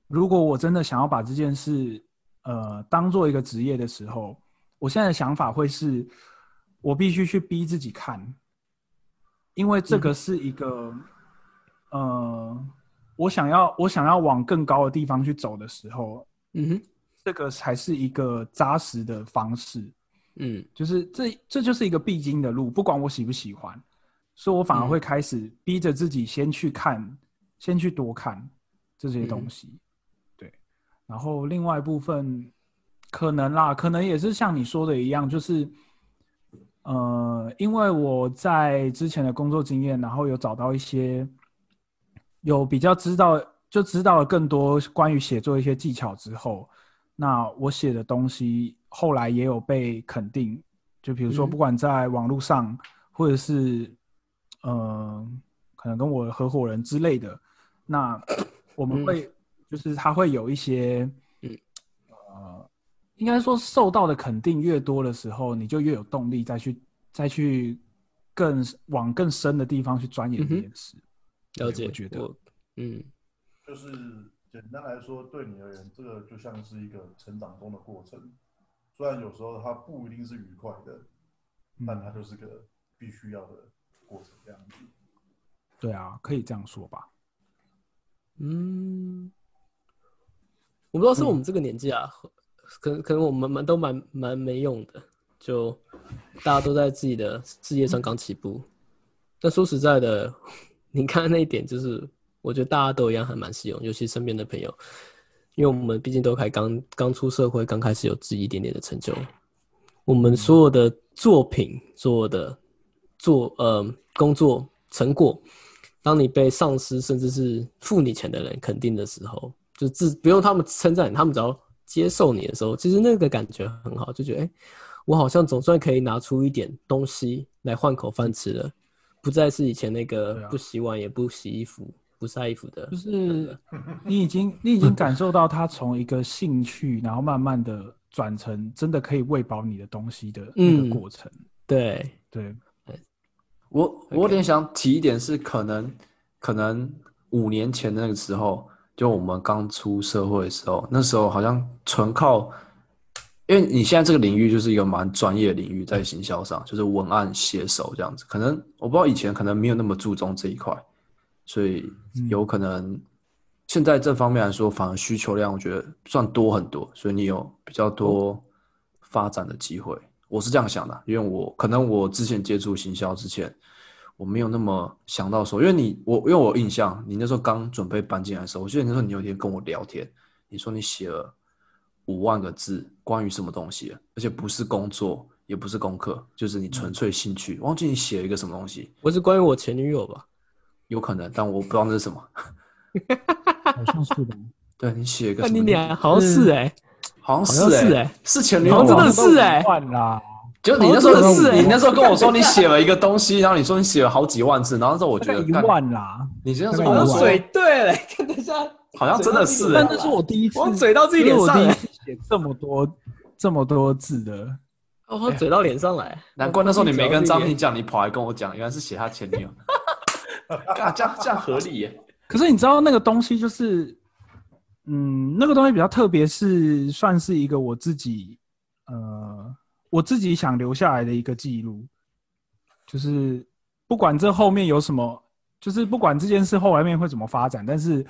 Speaker 4: 如果我真的想要把这件事，呃，当做一个职业的时候，我现在的想法会是，我必须去逼自己看，因为这
Speaker 1: 嗯
Speaker 4: 个是一个，呃，我想要我想要往更高的地方去走的时候，
Speaker 1: 嗯哼，
Speaker 4: 这个才是一个扎实的方式。
Speaker 1: 嗯
Speaker 4: 就是这这就是一个必经的路，不管我喜不喜欢，所以我反而
Speaker 1: 嗯
Speaker 4: 会开始逼着自己先去看，先去多看这些东西。对，然后另外一部分可能啦，可能也是像你说的一样，就是呃，因为我在之前的工作经验，然后有找到一些有比较知道，就知道了更多关于写作一些技巧之后，那我写的东西后来也有被肯定，就比如说
Speaker 1: 嗯
Speaker 4: 不管在网络上，或者是呃，可能跟我的合伙人之类的，那我们会、就是他会有一些，
Speaker 1: 嗯
Speaker 4: 呃，应该说受到的肯定越多的时候，你就越有动力再去再去更往更深的地方去钻
Speaker 1: 嗯
Speaker 4: 研这件事。
Speaker 1: 了解，
Speaker 4: 我觉得
Speaker 1: 我嗯。
Speaker 5: 就是简单来说，对你而言，这个就像是一个成长中的过程，虽然有时候它不一定是愉快
Speaker 1: 嗯
Speaker 5: 的，但它就是个必须要的过程这样子。
Speaker 4: 对啊，可以这样说吧。
Speaker 1: 嗯，我不知道是我们这个年纪啊，可能可能我们蛮都蛮蛮没用的，就大家都在自己的事业上刚起步。但说实在的， <laughs> 你看那一点就是，我觉得大家都一样，还蛮适用，尤其身边的朋友，因为我们毕竟都还刚刚出社会，刚开始有自己一点点的成就，我们所有的作品、所有的做呃工作成果，当你被上司甚至是付你钱的人肯定的时候，就自不用他们称赞你，他们只要接受你的时候，其实那个感觉很好，就觉得哎、诶我好像总算可以拿出一点东西来换口饭吃了，不再是以前那个
Speaker 4: 对啊
Speaker 1: 不洗碗也不洗衣服、不晒衣服的
Speaker 4: 就。是你已经你已经感受到他从一个兴趣，然后慢慢的转成真的可以喂饱你的东西的那
Speaker 1: 嗯
Speaker 4: 个过程。
Speaker 1: 对，
Speaker 4: 对，
Speaker 2: 我我有点想提一点是，可能可能五年前那个时候，就我们刚出社会的时候，那时候好像纯靠，因为你现在这个领域就是一个蛮专业的领域，在行销上就是文案写手这样子。可能我不知道以前可能没有那么注重这一块，所以
Speaker 4: 嗯
Speaker 2: 有可能现在这方面来说，反而需求量我觉得算多很多，所以你有比较多发展的机会。我是这样想的，因为我可能我之前接触行销之前，我没有那么想到说，因为你我因为我有印象，你那时候刚准备搬进来的时候，我记得那时候你有一天跟我聊天，你说你写了五万个字关于什么东西，而且不是工作，也不是功课，就是你纯粹兴趣。忘记你写了一个什么东西，
Speaker 1: 我是关于我前女友吧，
Speaker 2: 有可能，但我不知道那是什么。
Speaker 4: 好像是吧。
Speaker 2: 对你写了一个
Speaker 1: 那
Speaker 2: 什
Speaker 1: 你
Speaker 2: 么？
Speaker 1: 俩好像
Speaker 4: 嗯
Speaker 1: 是哎、
Speaker 2: 好
Speaker 1: 好
Speaker 2: 像
Speaker 1: 像是
Speaker 2: 是哎
Speaker 1: 欸
Speaker 2: 是前女友
Speaker 1: <laughs> 好
Speaker 2: 吗，
Speaker 1: 像真的是欸
Speaker 4: 换啦，
Speaker 2: 就你那时候
Speaker 1: 好像真的是欸
Speaker 2: 你那时候跟我说你写了一个东西，然后你说你写了好几万字，然后那时候我
Speaker 4: 大
Speaker 2: 觉
Speaker 4: 概
Speaker 2: 得
Speaker 4: 一
Speaker 2: 干
Speaker 4: 万啦。
Speaker 2: 你那时候
Speaker 4: 大概
Speaker 2: 跟我
Speaker 4: 一万
Speaker 2: 说
Speaker 4: 水
Speaker 1: 对了，看等一下，
Speaker 2: 哎好
Speaker 1: 哦
Speaker 2: 像真的是欸
Speaker 4: 但那是我第一次，
Speaker 1: 到自
Speaker 4: 这是我第一
Speaker 1: 来，
Speaker 4: 次写这么多这么多字的。
Speaker 1: 哦我嘴到脸上来，
Speaker 2: 难怪那时候你没跟张婷讲，你跑来跟我讲，原来是写他前女友。 <laughs> 干这样这样合理耶？
Speaker 4: 可是你知道那个东西就是，嗯，那个东西比较特别，是算是一个我自己，呃，我自己想留下来的一个记录，就是不管这后面有什么，就是不管这件事后来面会怎么发展，但是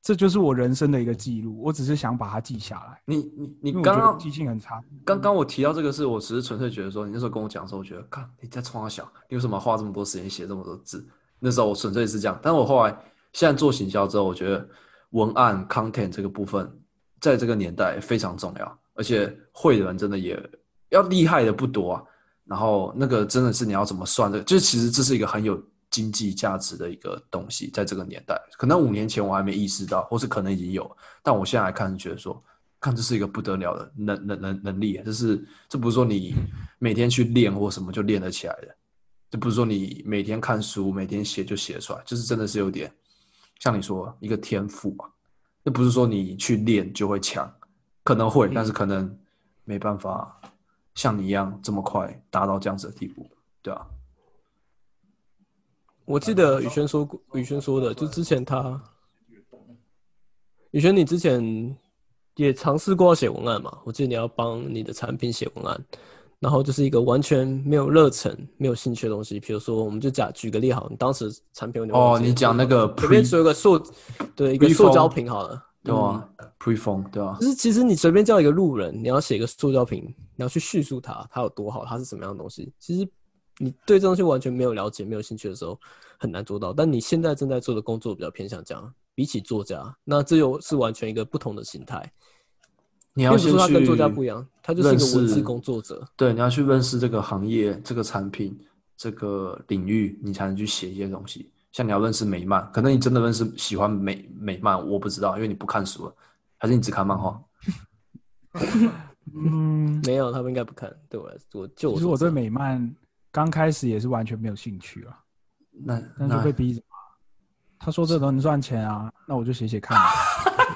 Speaker 4: 这就是我人生的一个记录，我只是想把它记下来。
Speaker 2: 你你
Speaker 4: 因为
Speaker 2: 你
Speaker 4: 我觉
Speaker 2: 刚
Speaker 4: 得
Speaker 2: 刚
Speaker 4: 记性很差，嗯
Speaker 2: 刚刚我提到这个事，我只是纯粹觉得说，你那时候跟我讲的时候，我觉得，看你在冲他小，你为什么花这么多时间写这么多字？那时候我纯粹是这样，但我后来现在做行销之后，我觉得文案 content 这个部分，在这个年代非常重要，而且会的人真的也要厉害的不多啊。然后那个真的是你要怎么算的，就是其实这是一个很有经济价值的一个东西，在这个年代，可能五年前我还没意识到，或是可能已经有了，但我现在来看，觉得说，看这是一个不得了的能能能能力，就是这不是说你每天去练或什么就练得起来的，这不是说你每天看书、每天写就写出来，就是真的是有点像你说一个天赋吧。那不是说你去练就会强，可能会，
Speaker 1: 嗯
Speaker 2: 但是可能没办法像你一样这么快达到这样子的地步，对啊，
Speaker 1: 我记得宇轩说过，宇轩说的，就之前他，宇轩你之前也尝试过要写文案嘛？我记得你要帮你的产品写文案，然后就是一个完全没有热忱、没有兴趣的东西。比如说，我们就假举个例好了，你当时产品有点
Speaker 2: 哦
Speaker 1: 忘，记了
Speaker 2: 你讲那个
Speaker 1: 随便
Speaker 2: pre
Speaker 1: 说一个塑，对，一个
Speaker 2: Pre-phone
Speaker 1: 塑胶瓶好了。
Speaker 2: 对吧？pre
Speaker 1: 嗯
Speaker 2: phone 对吧
Speaker 1: 就？是其实你随便叫一个路人，你要写一个塑胶瓶，你要去叙述它，它有多好，它是什么样的东西。其实你对这东西完全没有了解、没有兴趣的时候，很难做到。但你现在正在做的工作比较偏向这样，比起作家，那这又是完全一个不同的形态，
Speaker 2: 你
Speaker 1: 并
Speaker 2: 要
Speaker 1: 不是
Speaker 2: 先
Speaker 1: 说它
Speaker 2: 去
Speaker 1: 跟作家不一样，它就是一个文
Speaker 2: 认
Speaker 1: 字
Speaker 2: 识
Speaker 1: 工作者。
Speaker 2: 对，你要去认识这个行业、这个产品、这个领域，你才能去写一些东西。像你要认识美漫，可能你真的认识喜欢美美漫，我不知道，因为你不看书了，还是你只看漫画？
Speaker 4: 嗯，
Speaker 1: 没有，他们应该不看。对我来说，我就
Speaker 4: 其
Speaker 1: 我
Speaker 4: 实我
Speaker 1: 所
Speaker 4: 对
Speaker 1: 知啊
Speaker 4: 美漫刚开始也是完全没有兴趣啊，
Speaker 2: 那
Speaker 4: 但就
Speaker 2: 那
Speaker 4: 被逼着嘛。他说这能赚钱啊，那我就写写看啊。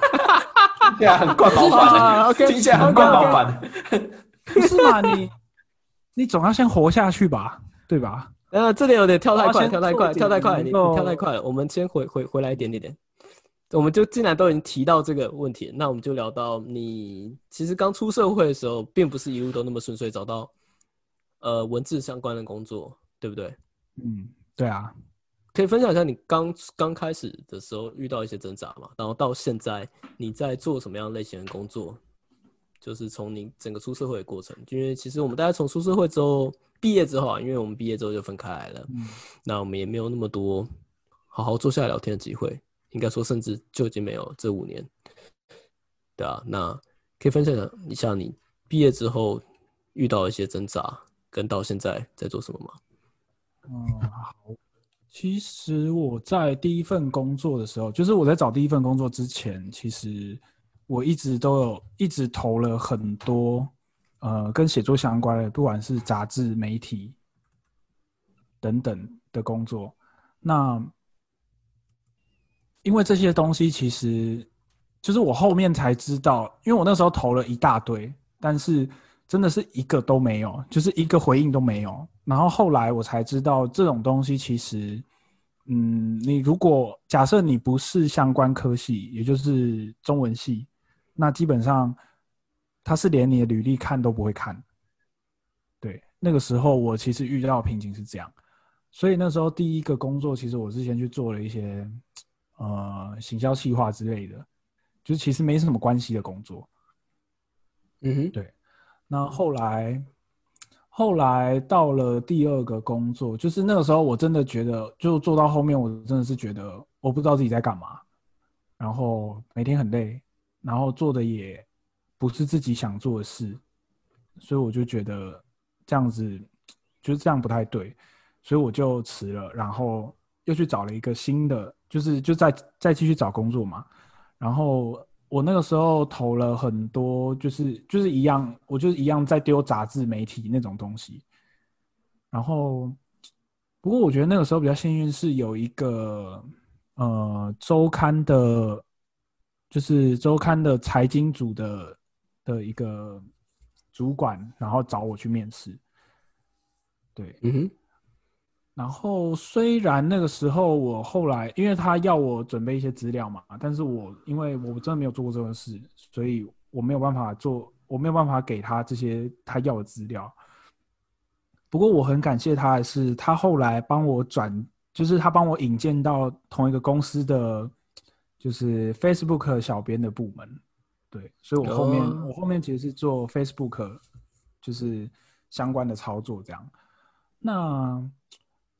Speaker 2: <laughs> 听起来很惯老
Speaker 1: <laughs> 啊
Speaker 4: <laughs>
Speaker 2: 板，
Speaker 1: ，OK，
Speaker 2: 听起来很惯老板。
Speaker 4: 不是嘛？你 <laughs> 你总要先活下去吧，对吧？
Speaker 1: 呃，这里有点跳太
Speaker 4: 我
Speaker 1: 快，
Speaker 4: 要先
Speaker 1: 跳太快，跳
Speaker 4: 做
Speaker 1: 太
Speaker 4: 一点
Speaker 1: 快，你你
Speaker 4: 能够
Speaker 1: 跳太快了。我们先回回回来一点点点。我们就既然都已经提到这个问题，那我们就聊到你其实刚出社会的时候，并不是一路都那么顺遂找到呃文字相关的工作，对不对？
Speaker 4: 嗯，对啊，
Speaker 1: 可以分享一下你刚刚开始的时候遇到一些挣扎嘛？然后到现在你在做什么样类型的工作？就是从你整个出社会的过程，因为其实我们大家从出社会之后毕业之后啊，因为我们毕业之后就分开来了，
Speaker 4: 嗯
Speaker 1: 那我们也没有那么多好好坐下来聊天的机会，应该说甚至就已经没有这五年，对啊，那可以分享一下你毕业之后遇到一些挣扎，跟到现在在做什么吗？
Speaker 4: 嗯，好。其实我在第一份工作的时候，就是我在找第一份工作之前，其实我一直都有一直投了很多呃跟写作相关的，不管是杂志、媒体等等的工作。那因为这些东西其实就是我后面才知道，因为我那时候投了一大堆，但是真的是一个都没有，就是一个回应都没有。然后后来我才知道，这种东西其实，嗯，你如果假设你不是相关科系，也就是中文系，那基本上他是连你的履历看都不会看。对，那个时候我其实遇到的瓶颈是这样，所以那时候第一个工作，其实我之前去做了一些呃行销企划之类的，就是其实没什么关系的工作。
Speaker 1: 嗯哼，
Speaker 4: 对，那后来，后来到了第二个工作，就是那个时候我真的觉得，就做到后面，我真的是觉得我不知道自己在干嘛，然后每天很累，然后做的也不是自己想做的事，所以我就觉得这样子就是这样不太对，所以我就辞了，然后又去找了一个新的，就是就再再继续找工作嘛。然后我那个时候投了很多，就是就是一样，我就是一样在丢杂志、媒体那种东西。然后，不过我觉得那个时候比较幸运是有一个呃周刊的，就是周刊的财经组的的一个主管，然后找我去面试。对，
Speaker 1: 嗯哼，
Speaker 4: 然后虽然那个时候我后来，因为他要我准备一些资料嘛，但是我因为我真的没有做过这个事，所以我没有办法做，我没有办法给他这些他要的资料。不过我很感谢他的是，他后来帮我转，就是他帮我引荐到同一个公司的，就是 Facebook 小编的部门。对，所以我后面、
Speaker 1: 哦
Speaker 4: 我后面其实是做 Facebook，就是相关的操作这样。那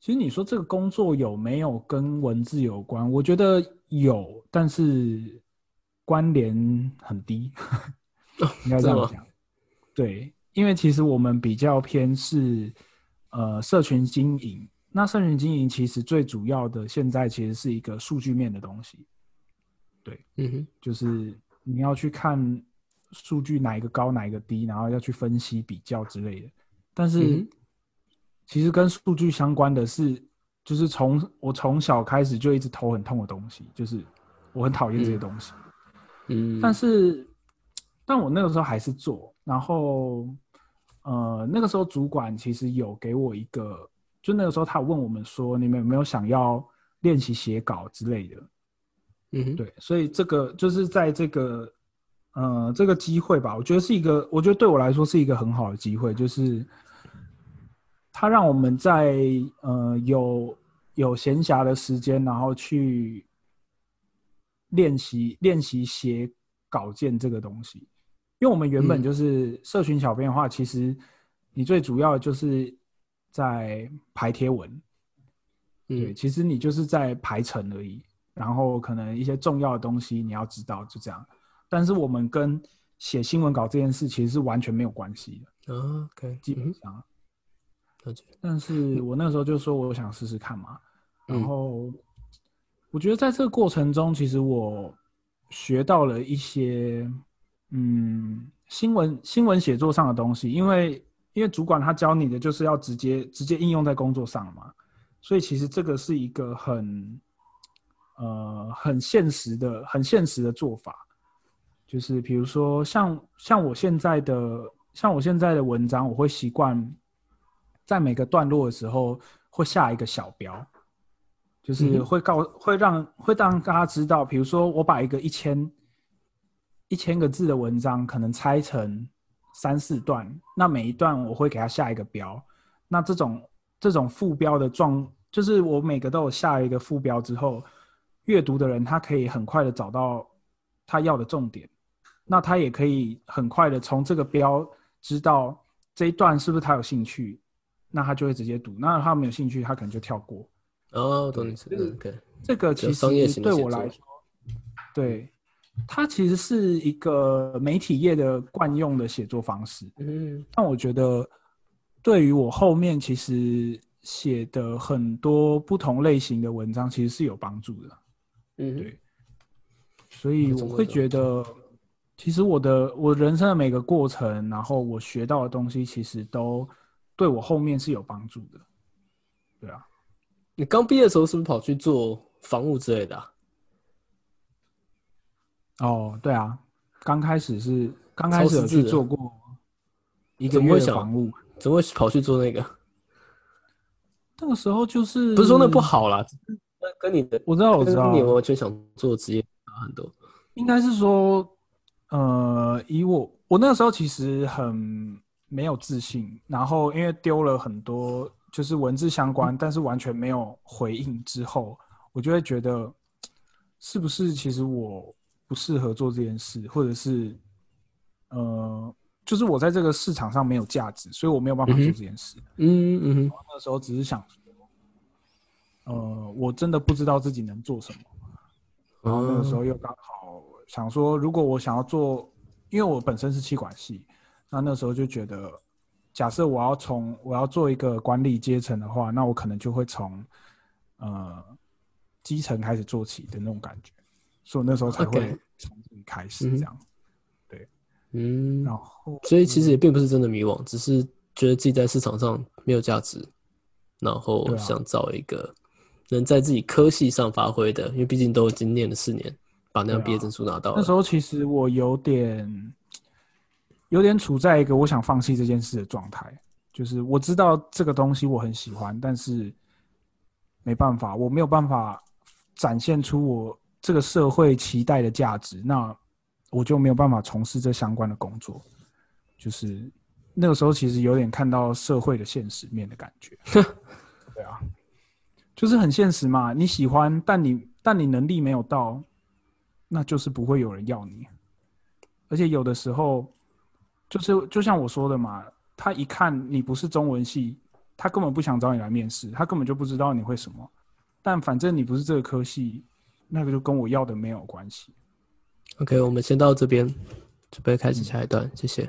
Speaker 4: 其实你说这个工作有没有跟文字有关？我觉得有，但是关联很低，应该
Speaker 1: 真
Speaker 4: 这
Speaker 1: 的
Speaker 4: 样
Speaker 1: 吗
Speaker 4: 讲。对，因为其实我们比较偏是呃社群经营。那社群经营其实最主要的现在其实是一个数据面的东西，
Speaker 1: 嗯哼，
Speaker 4: 就是你要去看数据哪一个高哪一个低，然后要去分析比较之类的。但是、
Speaker 1: 嗯哼
Speaker 4: 其实跟数据相关的是，就是从我从小开始就一直头很痛的东西，就是我很讨厌这些东西。
Speaker 1: 嗯，
Speaker 4: 但是，但我那个时候还是做，然后，呃，那个时候主管其实有给我一个，就那个时候他有问我们说，你们有没有想要练习写稿之类的？
Speaker 1: 嗯哼，
Speaker 4: 对，所以这个就是在这个呃这个机会吧，我觉得是一个，我觉得对我来说是一个很好的机会，就是它让我们在呃有有闲暇的时间，然后去练习练习写稿件这个东西。因为我们原本
Speaker 1: 嗯
Speaker 4: 就是社群小编的话，其实你最主要就是在排贴文，对，
Speaker 1: 嗯
Speaker 4: 其实你就是在排程而已，然后可能一些重要的东西你要知道，就这样。但是我们跟写新闻稿这件事其实是完全没有关系的，
Speaker 1: 啊，OK，
Speaker 4: 基
Speaker 1: 嗯
Speaker 4: 本
Speaker 1: 哼
Speaker 4: 上。
Speaker 1: 了解，
Speaker 4: 但是我那时候就说我想试试看嘛，
Speaker 1: 嗯
Speaker 4: 然后我觉得在这个过程中，其实我学到了一些嗯新闻新闻写作上的东西，因为因为主管他教你的就是要直接直接应用在工作上嘛，所以其实这个是一个很呃很现实的很现实的做法，就是比如说像像我现在的像我现在的文章，我会习惯在每个段落的时候会下一个小标，就
Speaker 1: 嗯
Speaker 4: 是
Speaker 1: 哼
Speaker 4: 会告会让会让大家知道，比如说我把一个一千一千个字的文章可能拆成三四段，那每一段我会给它下一个标，那这种这种副标的状就是我每个都有下一个副标之后，阅读的人他可以很快的找到他要的重点，那他也可以很快的从这个标知道这一段是不是他有兴趣，那他就会直接读。那他没有兴趣，他可能就跳过。
Speaker 1: 哦，懂你意思。嗯，OK，
Speaker 4: 这个其
Speaker 1: 有商业
Speaker 4: 实
Speaker 1: 型的
Speaker 4: 对
Speaker 1: 写
Speaker 4: 我来
Speaker 1: 作
Speaker 4: 说，对它其实是一个媒体业的惯用的写作方式。
Speaker 1: 嗯
Speaker 4: 但我觉得，对于我后面其实写的很多不同类型的文章，其实是有帮助的。
Speaker 1: 嗯，
Speaker 4: 对所以
Speaker 1: 那怎
Speaker 4: 我
Speaker 1: 么
Speaker 4: 会
Speaker 1: 了
Speaker 4: 觉得，其实我的我人生的每个过程，然后我学到的东西，其实都对我后面是有帮助的。对啊，
Speaker 1: 你刚毕业的时候是不是跑去做房务之类的、啊？
Speaker 4: 哦，对啊，刚开始是刚开始有
Speaker 1: 超失智
Speaker 4: 去
Speaker 1: 的
Speaker 4: 做过一个
Speaker 1: 怎么会
Speaker 4: 月的
Speaker 1: 想
Speaker 4: 房务，
Speaker 1: 怎么会跑去做那个？
Speaker 4: 那个时候就是
Speaker 1: 不是说那不，好啦，那跟你的
Speaker 4: 我知道我
Speaker 1: 跟
Speaker 4: 知道，
Speaker 1: 你完全想做的职业差很多。
Speaker 4: 应该是说，呃，以我我那时候其实很没有自信，然后因为丢了很多就是文字相关，但是完全没有回应之后，我就会觉得是不是其实我不适合做这件事，或者是呃，就是我在这个市场上没有价值，所以我没有办法做
Speaker 1: 嗯
Speaker 4: 这
Speaker 1: 哼
Speaker 4: 件事。
Speaker 1: 嗯嗯哼，
Speaker 4: 那时候只是想说，呃，我真的不知道自己能做什么。然后那
Speaker 1: 哦
Speaker 4: 个时
Speaker 1: 嗯
Speaker 4: 候又刚好想说，如果我想要做，因为我本身是气管系，那那时候就觉得，假设我要从我要做一个管理阶层的话，那我可能就会从呃基层开始做起的那种感觉，所以我那时候才
Speaker 1: OK
Speaker 4: 会从这里开始这样。
Speaker 1: 嗯，
Speaker 4: 然后
Speaker 1: 所以其实也并不是真的迷惘，只是觉得自己在市场上没有价值，然后
Speaker 4: 对啊
Speaker 1: 想找一个能在自己科系上发挥的，因为毕竟都已经念了四年，把那
Speaker 4: 对
Speaker 1: 张
Speaker 4: 啊
Speaker 1: 毕业证书拿到
Speaker 4: 那时
Speaker 1: 了。
Speaker 4: 候其实我有点有点处在一个我想放弃这件事的状态，就是我知道这个东西我很喜欢，但是没办法，我没有办法展现出我这个社会期待的价值，那我就没有办法从事这相关的工作。就是那个时候，其实有点看到社会的现实面的感觉。对啊，就是很现实嘛。你喜欢，但你但你能力没有到，那就是不会有人要你。而且有的时候，就是就像我说的嘛，他一看你不是中文系，他根本不想找你来面试，他根本就不知道你会什么。但反正你不是这个科系，那个就跟我要的没有关系。
Speaker 1: OK，我们先到这边，准备开始下一段，谢谢。